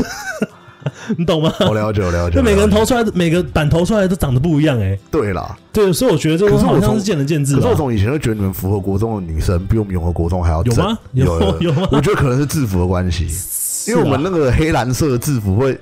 S3: 你懂吗？
S4: 我了解，我了解。
S3: 就每个人
S4: 我了
S3: 投出来的，每个版投出来都长得不一样哎、
S4: 解对啦，
S3: 对，所以我觉得这
S4: 可
S3: 个
S4: 是我
S3: 好像
S4: 从
S3: 是见仁见智啊
S4: 可是
S3: 吧
S4: 我。从以前就觉得你们符合国中的女生比我们永和国中还要正
S3: 有吗
S4: 有
S3: 有有吗啊
S4: 我觉得可能是制服的关系，因为我们那个黑蓝色的制服会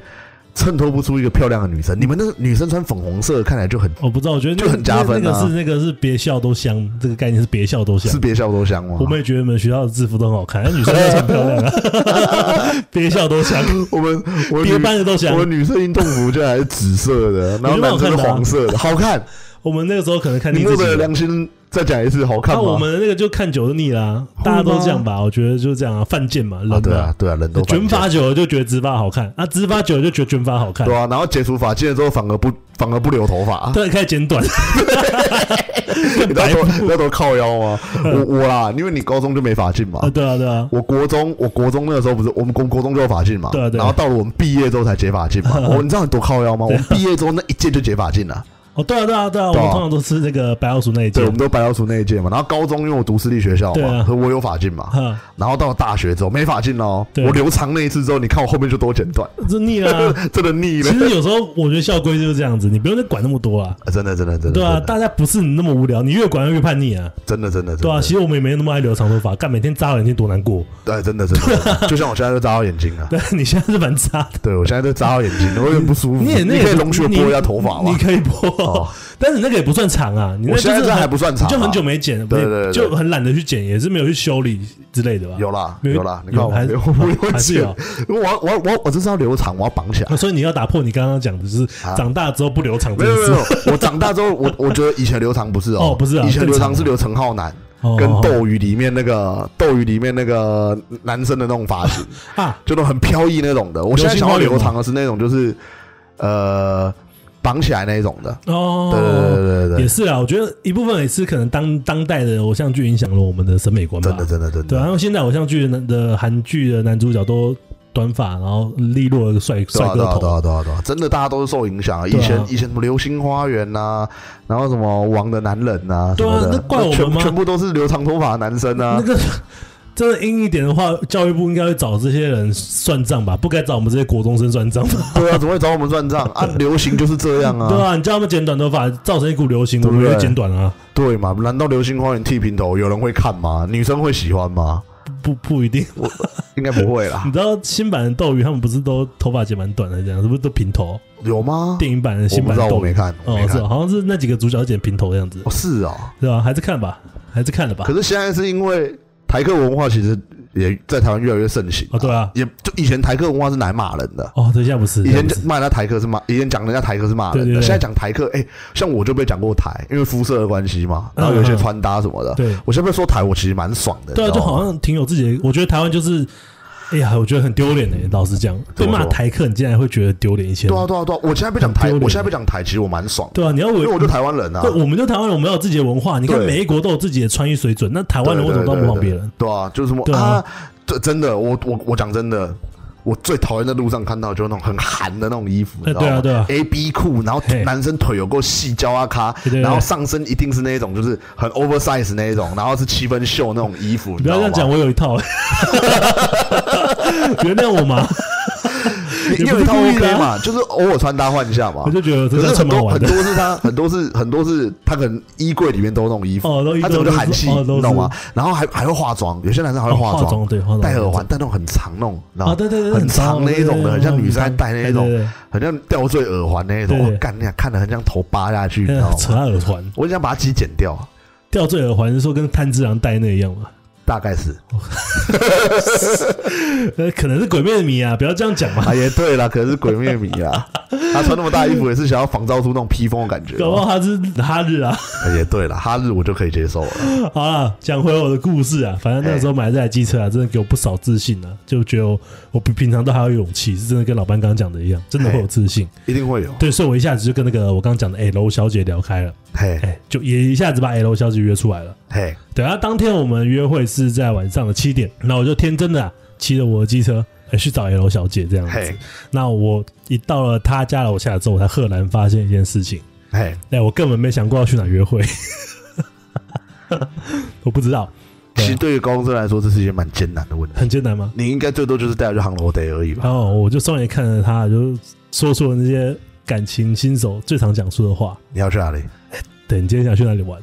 S4: 衬托不出一个漂亮的女生，你们那个女生穿粉红色看起来就很
S3: 我不知道，我觉得那个
S4: 就很加分啊
S3: 那个是那个是别校都香，这个概念是别校都香
S4: 是。别校都香吗？
S3: 我们也觉得你们学校的制服都很好看，那女生都很漂亮 啊，别校都香。
S4: 我们我们
S3: 别
S4: 女
S3: 班的都香
S4: 我们女生运动服就还是紫 色的，然后男生是黄色的，好看。
S3: 我们那个时候可能看
S4: 你
S3: 腻
S4: 摸
S3: 啊自
S4: 着
S3: 己，
S4: 良心再讲一次，好看
S3: 那
S4: 吗？
S3: 我们那个就看久了腻啦，大家都这样吧，我觉得就这样啊，犯贱嘛，人
S4: 啊，对
S3: 嘛
S4: 啊，，对啊，人都犯
S3: 卷
S4: 贱
S3: 发久了就觉得直发好看，啊，直发久了就觉得卷发好看
S4: 对，啊，然后解除发戒之后反而不反而不留头发，
S3: 对，开始剪
S4: 啊
S3: 短，
S4: 你
S3: 更
S4: 那
S3: 白嗯
S4: 时候那时候靠腰吗？我我啦，因为你高中就没法进嘛
S3: 啊，。对啊，对啊，
S4: 我国中，我国中那个时候不是我们国国中就有法进嘛，
S3: 对啊对啊
S4: 然后到了我们毕业之后才解 法进嘛。哦我你知道你多靠腰吗？我们毕业之后那一届就解法进了，
S3: 哦，对啊，对啊，对啊，我
S4: 对啊
S3: 们通常都是那个白老鼠那一届
S4: 对，我，们都白老鼠那一届嘛。然后高中因为我读私立学校
S3: 啊对
S4: 嘛，
S3: 啊
S4: 所以我有法进嘛。
S3: 哈，
S4: 然后到了大学之后没法进哦，
S3: 对啊
S4: 我留长那一次之后，你看我后面就多剪短，
S3: 这腻啦。
S4: 真的腻了
S3: 其，实有时候我觉得校规就是这样子，你不用再管那么多啊。
S4: 啊真的真的真的，
S3: 对啊，
S4: 真的
S3: 大家不是你那么无聊，你越管越叛逆啊。
S4: 真的真的，真的
S3: 对啊，其实我们也没那么爱留长头发，干每天扎眼睛多难过。
S4: 对，真的真的真的，就像我现在就扎到眼睛了。啊
S3: 对， 你现在是蛮渣的。
S4: 对，我现在都扎到眼睛 了，我有点不舒服。
S3: 你也那
S4: 嗯你
S3: 也
S4: 可以
S3: 不
S4: 容许我拨一下头发
S3: 你
S4: 吗
S3: 你？可以拨，
S4: 哦
S3: 但是那个也不算长啊。你那
S4: 我现在
S3: 就是
S4: 这还
S3: 很
S4: 不算长啊
S3: 你就很久没剪了，
S4: 对对对对
S3: 就很懒得去剪，也是没有去修理之类的吧？
S4: 有啦，
S3: 没
S4: 有啦，你看
S3: 有
S4: 我
S3: 还是
S4: 我我有
S3: 还是
S4: 剪
S3: 有。
S4: 我要我要我要我这是要留长，我要绑起 来。
S3: 哦所以你要打破你刚刚讲的，就是
S4: 啊
S3: 长大之后不留长哦
S4: 没
S3: 这
S4: 有
S3: 件
S4: 没有
S3: 事
S4: 没。有，我长大之后，我我觉得以前留长不是哦，
S3: 哦不是啊
S4: 以前留
S3: 正
S4: 长
S3: 常啊
S4: 是留陈浩南
S3: 哦
S4: 跟
S3: 哦
S4: 斗鱼里面那个斗鱼里面那个男生的那种发 型，
S3: 啊，
S4: 就那种很飘逸那种的。我现在想要留长的是那种就是呃绑起来那一种的。
S3: 哦，
S4: 对对对对对
S3: 也
S4: 对，
S3: 是啦，啊我觉得一部分也是可能当当代的偶像剧影响了我们的审美观吧。
S4: 真的真的真
S3: 对啊，
S4: 的，
S3: 然后现在偶像剧的的韩剧的男主角都短发，然后利落的帅
S4: 对
S3: 帅
S4: 啊
S3: 哥
S4: 对啊对啊
S3: 头。
S4: 对啊对啊，真的大家都是受影响啊。以
S3: 对啊
S4: 前以前什么《流星花园》呐，然后什么《王的男人》呐，
S3: 对啊
S4: 什么
S3: 那
S4: 的
S3: 怪我们
S4: 全
S3: 吗
S4: 全部都是留长头发的男生
S3: 那
S4: 啊。
S3: 个 真的阴一点的话，教育部应该会找这些人算账吧，不该找我们这些国中生算账吧？
S4: 对啊，怎么会找我们算账 啊？流行就是这样
S3: 对
S4: 啊，
S3: 啊，你叫他们剪短头发，造成一股流行，
S4: 对
S3: 我
S4: 不
S3: 们
S4: 对
S3: 就剪短啊，
S4: 对嘛？难道《流星花园》剃平头有人会看吗？女生会喜欢吗？
S3: 不不一定。
S4: 应该不会啦
S3: 你，知道新版的斗鱼他们不是都头发剪蛮短的，这样是不是都平头？
S4: 有吗？
S3: 电影版的
S4: 我
S3: 新
S4: 不
S3: 版
S4: 知道，
S3: 的
S4: 我
S3: 斗
S4: 没
S3: 鱼
S4: 看，我没
S3: 哦，是啊
S4: 看
S3: 哦。好像是那几个主角剪平头的样子
S4: 哦，，是哦。
S3: 对吧？还是看吧，还是看了吧。
S4: 可是现在是因为台客文化其实也在台湾越来越盛行
S3: 哦，对啊，
S4: 也就以前台客文化是来骂人的，
S3: 哦，等一下不是，
S4: 以
S3: 现
S4: 前
S3: 在不是
S4: 骂人家台客是骂，以前讲人家台客是骂人
S3: 对对
S4: 的，
S3: 对
S4: 现在讲台客，哎，像我就被讲过台，因为肤色的关系嘛，然后有一些穿搭什么的，
S3: 嗯对
S4: 我现在被说台，我其实蛮爽的，
S3: 对啊，
S4: 你知
S3: 就
S4: 道吗
S3: 好像挺有自己的。我觉得台湾就是，哎呀，我觉得很丢脸哎。老实讲，
S4: 怎
S3: 被
S4: 么
S3: 骂
S4: 说
S3: 台客，你竟然会觉得丢脸一些
S4: 对啊，对啊，对啊，我现在被讲台，
S3: 很丢脸
S4: 我现在被讲台，其实我蛮爽的，
S3: 对啊，你要
S4: 因
S3: 为
S4: 为我就台湾人啊
S3: 对，，我们就台湾人，我们要有自己的文化。你看
S4: 对
S3: 每一国都有自己的穿衣水准，那台湾人为什么都要模仿别人？
S4: 对啊，就是什么
S3: 对啊
S4: 啊，这真的，我我我讲真的，我最讨厌在路上看到就是那种很韩的那种衣服，你
S3: 哎
S4: 知道吗？
S3: 对啊对啊
S4: a B 裤，然后
S3: 嘿
S4: 男生腿有够细胶啊咖，
S3: 对对
S4: 然后上身一定是那种就是很 oversize 那一种，然后是七分袖那种衣服，你
S3: 不要这样讲，
S4: 知道吗，
S3: 我有一 套，原谅我嘛，
S4: 你
S3: 也
S4: 你
S3: 不
S4: 有
S3: 是
S4: 一套
S3: 故意的啊
S4: OK 嘛，就是偶尔穿搭换一下嘛
S3: 我。就觉得
S4: 可
S3: 这
S4: 是
S3: 样
S4: 很
S3: 穿蛮好
S4: 多
S3: 玩
S4: 很
S3: 的
S4: 多。是他很多是很多是他可能衣柜里面都有那种衣服，
S3: 哦都衣
S4: 他
S3: 柜
S4: 怎么就韩系，
S3: 都是哦都是
S4: 你懂吗？然后还还会化妆，有些男生还会
S3: 哦
S4: 化
S3: 化
S4: 妆，
S3: 对，化妆
S4: 戴耳环，戴那种很长那种，然后
S3: 啊，对对对，
S4: 很长那一种的，很像女生在戴那一种，
S3: 对对
S4: 很像吊坠耳环那一种。
S3: 对对
S4: 我干，你俩看的很像头扒下去，你
S3: 对
S4: 知道
S3: 扯
S4: 吗？
S3: 他耳环，
S4: 我很想把它鸡剪掉，啊
S3: 吊坠耳环，是说跟炭治郎戴那一样嘛？
S4: 大概是。
S3: 呃，可能是鬼面迷啊，不要这样讲嘛。
S4: 啊，也对啦，可能是鬼灭迷 啊，他穿那么大衣服也是想要仿造出那种披风的感觉。
S3: 搞不好他是哈日啊。
S4: 啊也对啦，哈日我就可以接受了。
S3: 好了，讲回我的故事啊，反正那时候买这台机车啊，真的给我不少自信啊，就觉得我我比平常都还有勇气，是真的跟老班刚刚讲的一样，真的会有自信。
S4: 一定会有，
S3: 对，所以我一下子就跟那个我刚刚讲的 L 小姐聊开了，
S4: 嘿
S3: 哎、就也一下子把 L 小姐约出来了。
S4: 嘿，
S3: 对啊，当天我们约会是在晚上的七点，那我就天真的、啊、骑着我的机车、哎去找 L 小姐这样子
S4: 嘿。
S3: 那我一到了她家楼下之后，我才赫然发现一件事情，
S4: 嘿，
S3: 哎、我根本没想过要去哪约会， 我不知道，对
S4: 其
S3: 啊
S4: 实对于高中生来说，这是一件蛮艰难的问题。
S3: 很艰难吗？
S4: 你应该最多就是带他去航楼 day 而已吧？
S3: 然后我就双眼看着她，就说出了那些感情新手最常讲出的话。
S4: 你要去哪里？
S3: 对你今天想去哪里 玩？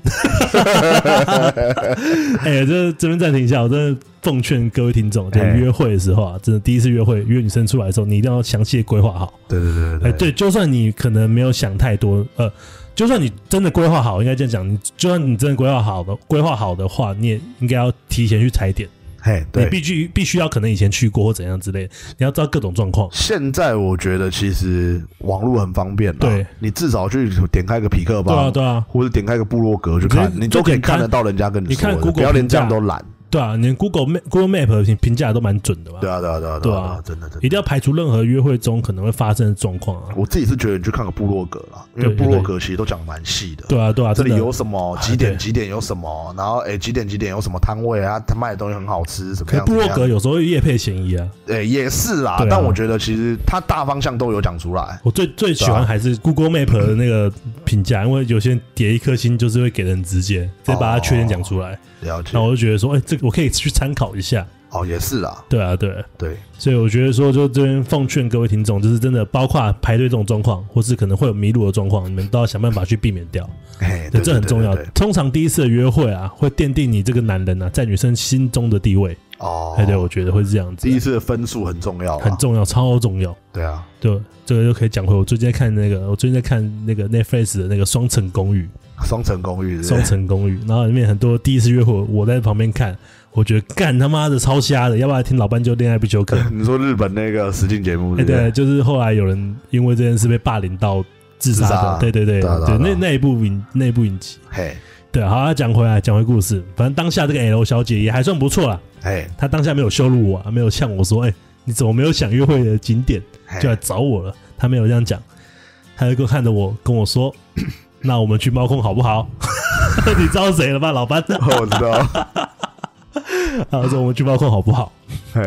S3: 哎、这这边暂停一下，我真的奉劝各位听众，就
S4: 哎
S3: 约会的时候啊，真的第一次约会约女生出来的时候，你一定要详细地规划好。
S4: 对对对
S3: 哎、
S4: 对
S3: 对，就算你可能没有想太多，呃，就算你真的规划好，应该这样讲，你就算你真的规划好的规划好的话，你也应该要提前去踩点，
S4: 嘿，
S3: 你
S4: 对。
S3: 必须必须要可能以前去过或怎样之类的，你要知道各种状况。
S4: 现在我觉得其实网络很方便啦，啊
S3: 对
S4: 你至少去点开个匹克吧，
S3: 对啊，对啊，
S4: 或者点开个部落格去
S3: 直
S4: 看，
S3: 接
S4: 你都可以
S3: 就点开
S4: 看得到人家跟
S3: 你
S4: 说
S3: 看
S4: 的，
S3: Google
S4: 不要连这样
S3: 评价
S4: 都懒。
S3: 对啊，连 Google Map Google Map 的评评价都蛮准的吧？
S4: 对啊，对啊，对啊，
S3: 对啊
S4: 啊，真的真
S3: 一
S4: 的。
S3: 定要排除任何约会中可能会发生的状况啊。
S4: 我自己是觉得你去看个部落格啦，因为
S3: 对对
S4: 部落格其实都讲得蛮细的。
S3: 对啊，对啊，
S4: 这里
S3: 真的
S4: 有什么？几
S3: 啊
S4: 点
S3: 对
S4: 几点有什么？然后哎诶，几点几点有什么摊位啊？他卖的东西很好吃，怎么
S3: 可是
S4: 样？
S3: 部落
S4: 怎
S3: 格
S4: 么样
S3: 有时候会夜配嫌疑啊。
S4: 诶也是啦
S3: 对啊，
S4: 但我觉得其实它大方向都有讲出来。
S3: 我最最喜
S4: 对啊
S3: 欢还是 Google Map 的那个评价，因为有些人点一颗星就是会给人直接直接把它缺点讲出来，
S4: 了解
S3: 那、我就觉得说，哎、这个我可以去参考一下。
S4: 哦，也是啦，
S3: 对啊，对啊，
S4: 对，
S3: 所以我觉得说，就这边奉劝各位听众，就是真的，包括排队这种状况，或是可能会有迷路的状况，你们都要想办法去避免掉。
S4: 哎，
S3: 对，
S4: 对，
S3: 这很
S4: 对
S3: 重要。
S4: 对对
S3: 通常第一次的约会啊，会奠定你这个男人啊在女生心中的地位。
S4: 哦，
S3: 哎，对，我觉得会是这样子
S4: 第，一次的分数很重要，啊
S3: 很，重要，超重要。
S4: 对啊，
S3: 对，这个又可以讲回我最近在看那个，我最近在看那个 Netflix 的那个《双层公寓
S4: 双层公寓》，是不
S3: 双
S4: 是，
S3: 层公寓，然后里面很多第一次约会，我在旁边看，我觉得干他妈的超瞎的，要不然听老班就恋爱必修课。
S4: 你说日本那个实境节目，
S3: 哎，
S4: 对不
S3: 对，
S4: 对？
S3: 就是后来有人因为这件事被霸凌到自杀
S4: 自杀
S3: 的，
S4: 啊
S3: 对对对
S4: 对啊对
S3: 对，
S4: 啊对
S3: 那
S4: 啊
S3: 那一部影那一部影集，
S4: 嘿，
S3: 对，好，那讲回来，讲回故事，反正当下这个 L 小姐也还算不错啦，
S4: 嘿，
S3: 她当下没有羞辱我、啊，没有向我说，哎、你怎么没有想约会的景点？
S4: 嘿
S3: 就来找我了。他没有这样讲，他就看着我跟我说：“ 那我们去猫空好不好？” 你知道谁了吧，老班？
S4: 我知道，
S3: 他说：“我们去猫空好不好
S4: 嘿，？”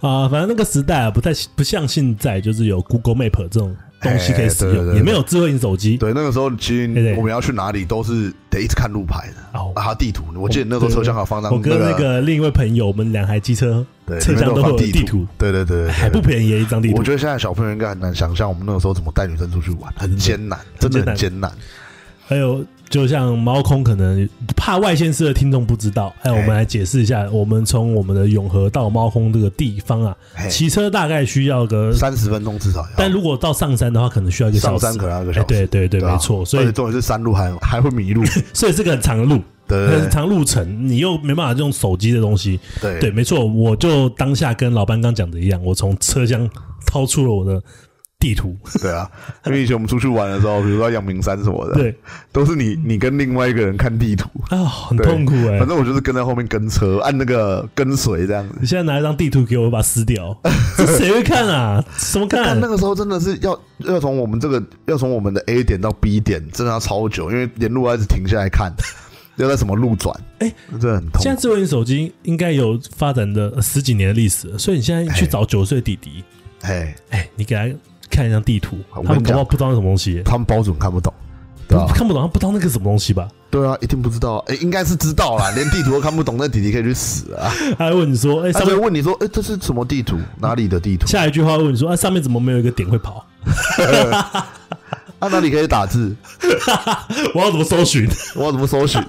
S3: 啊、反正那个时代啊，不太不像现在，就是有 Google Map 这种东西可以使
S4: 哎
S3: 用，
S4: 对对对
S3: 也没有智慧型手机。
S4: 对，那个时候其
S3: 对
S4: 实
S3: 对
S4: 我们要去哪里都是得一直看路牌的，
S3: 哦
S4: 啊，还有地图。我记得那时候车厢还有放张
S3: 我跟那
S4: 个
S3: 个另一位朋友，我们两台机车
S4: 对，
S3: 车
S4: 里面
S3: 厢
S4: 都
S3: 都
S4: 有
S3: 会
S4: 放
S3: 有
S4: 地
S3: 地图，哎
S4: 对对对对，对
S3: 还不。便宜一张地
S4: 我
S3: 图
S4: 觉。得现在小朋友应该很难想象我们那个时候怎么带女生出去玩，很艰难，真的很艰难。
S3: 还有，就像猫空，可能怕外县市的听众不知道，还有我们
S4: 哎
S3: 来解释一下，我们从我们的永和到猫空这个地方啊，
S4: 嘿
S3: 骑车大概需要个，
S4: 三十分钟至少要，
S3: 但如果到上山的话，可能需要一个小
S4: 上
S3: 时。
S4: 山可能要一个
S3: 哎
S4: 小时。
S3: 对对对，
S4: 啊
S3: 没错，所
S4: 而
S3: 以
S4: 且重点是山路还还会迷路，
S3: 所以是个很长的路，
S4: 对对
S3: 很长路程，你又没办法用手机的东西。
S4: 对
S3: 对，没错，我就当下跟老班刚讲的一样，我从车厢掏出了我的地图，
S4: 对啊！因为以前我们出去玩的时候，比如说阳明山什么的，
S3: 对，
S4: 都是你你跟另外一个人看地图，
S3: 啊，很
S4: 对
S3: 痛苦哎、
S4: 反正我就是跟在后面跟车，按那个跟随这样子。
S3: 你现在拿一张地图给我，我把它撕掉， 这谁会看啊？什么看
S4: 但？那个时候真的是要要从我们这个要从我们的 A 点到 B 点，真的要超久，因为沿路要一直停下来看， 要在什么路转，
S3: 哎
S4: 真的很痛
S3: 现在
S4: 苦。
S3: 智慧型手机应该有发展的呃十几年的历史了，所以你现在去找九岁弟弟，
S4: 哎，
S3: 哎，你给他看一张地图，
S4: 我
S3: 他们
S4: 跟你
S3: 搞不好
S4: 讲啊
S3: 不知道那什么东西、
S4: 他们包准看不懂，对吧
S3: 不？看不懂，他不知道那个什么东西吧？
S4: 对啊，一定不知道，哎，应该是知道啦，连地图都看不懂，那弟弟可以去死啊！
S3: 他还问你 说，哎，
S4: 他
S3: 上
S4: 会
S3: 面
S4: 问你说，哎，这是什么地图？哪里的地图？
S3: 下一句话问你说，啊，上面怎么没有一个点会跑？
S4: 啊，哪里可以打字？
S3: 我要怎么搜寻？
S4: 我要怎么搜寻？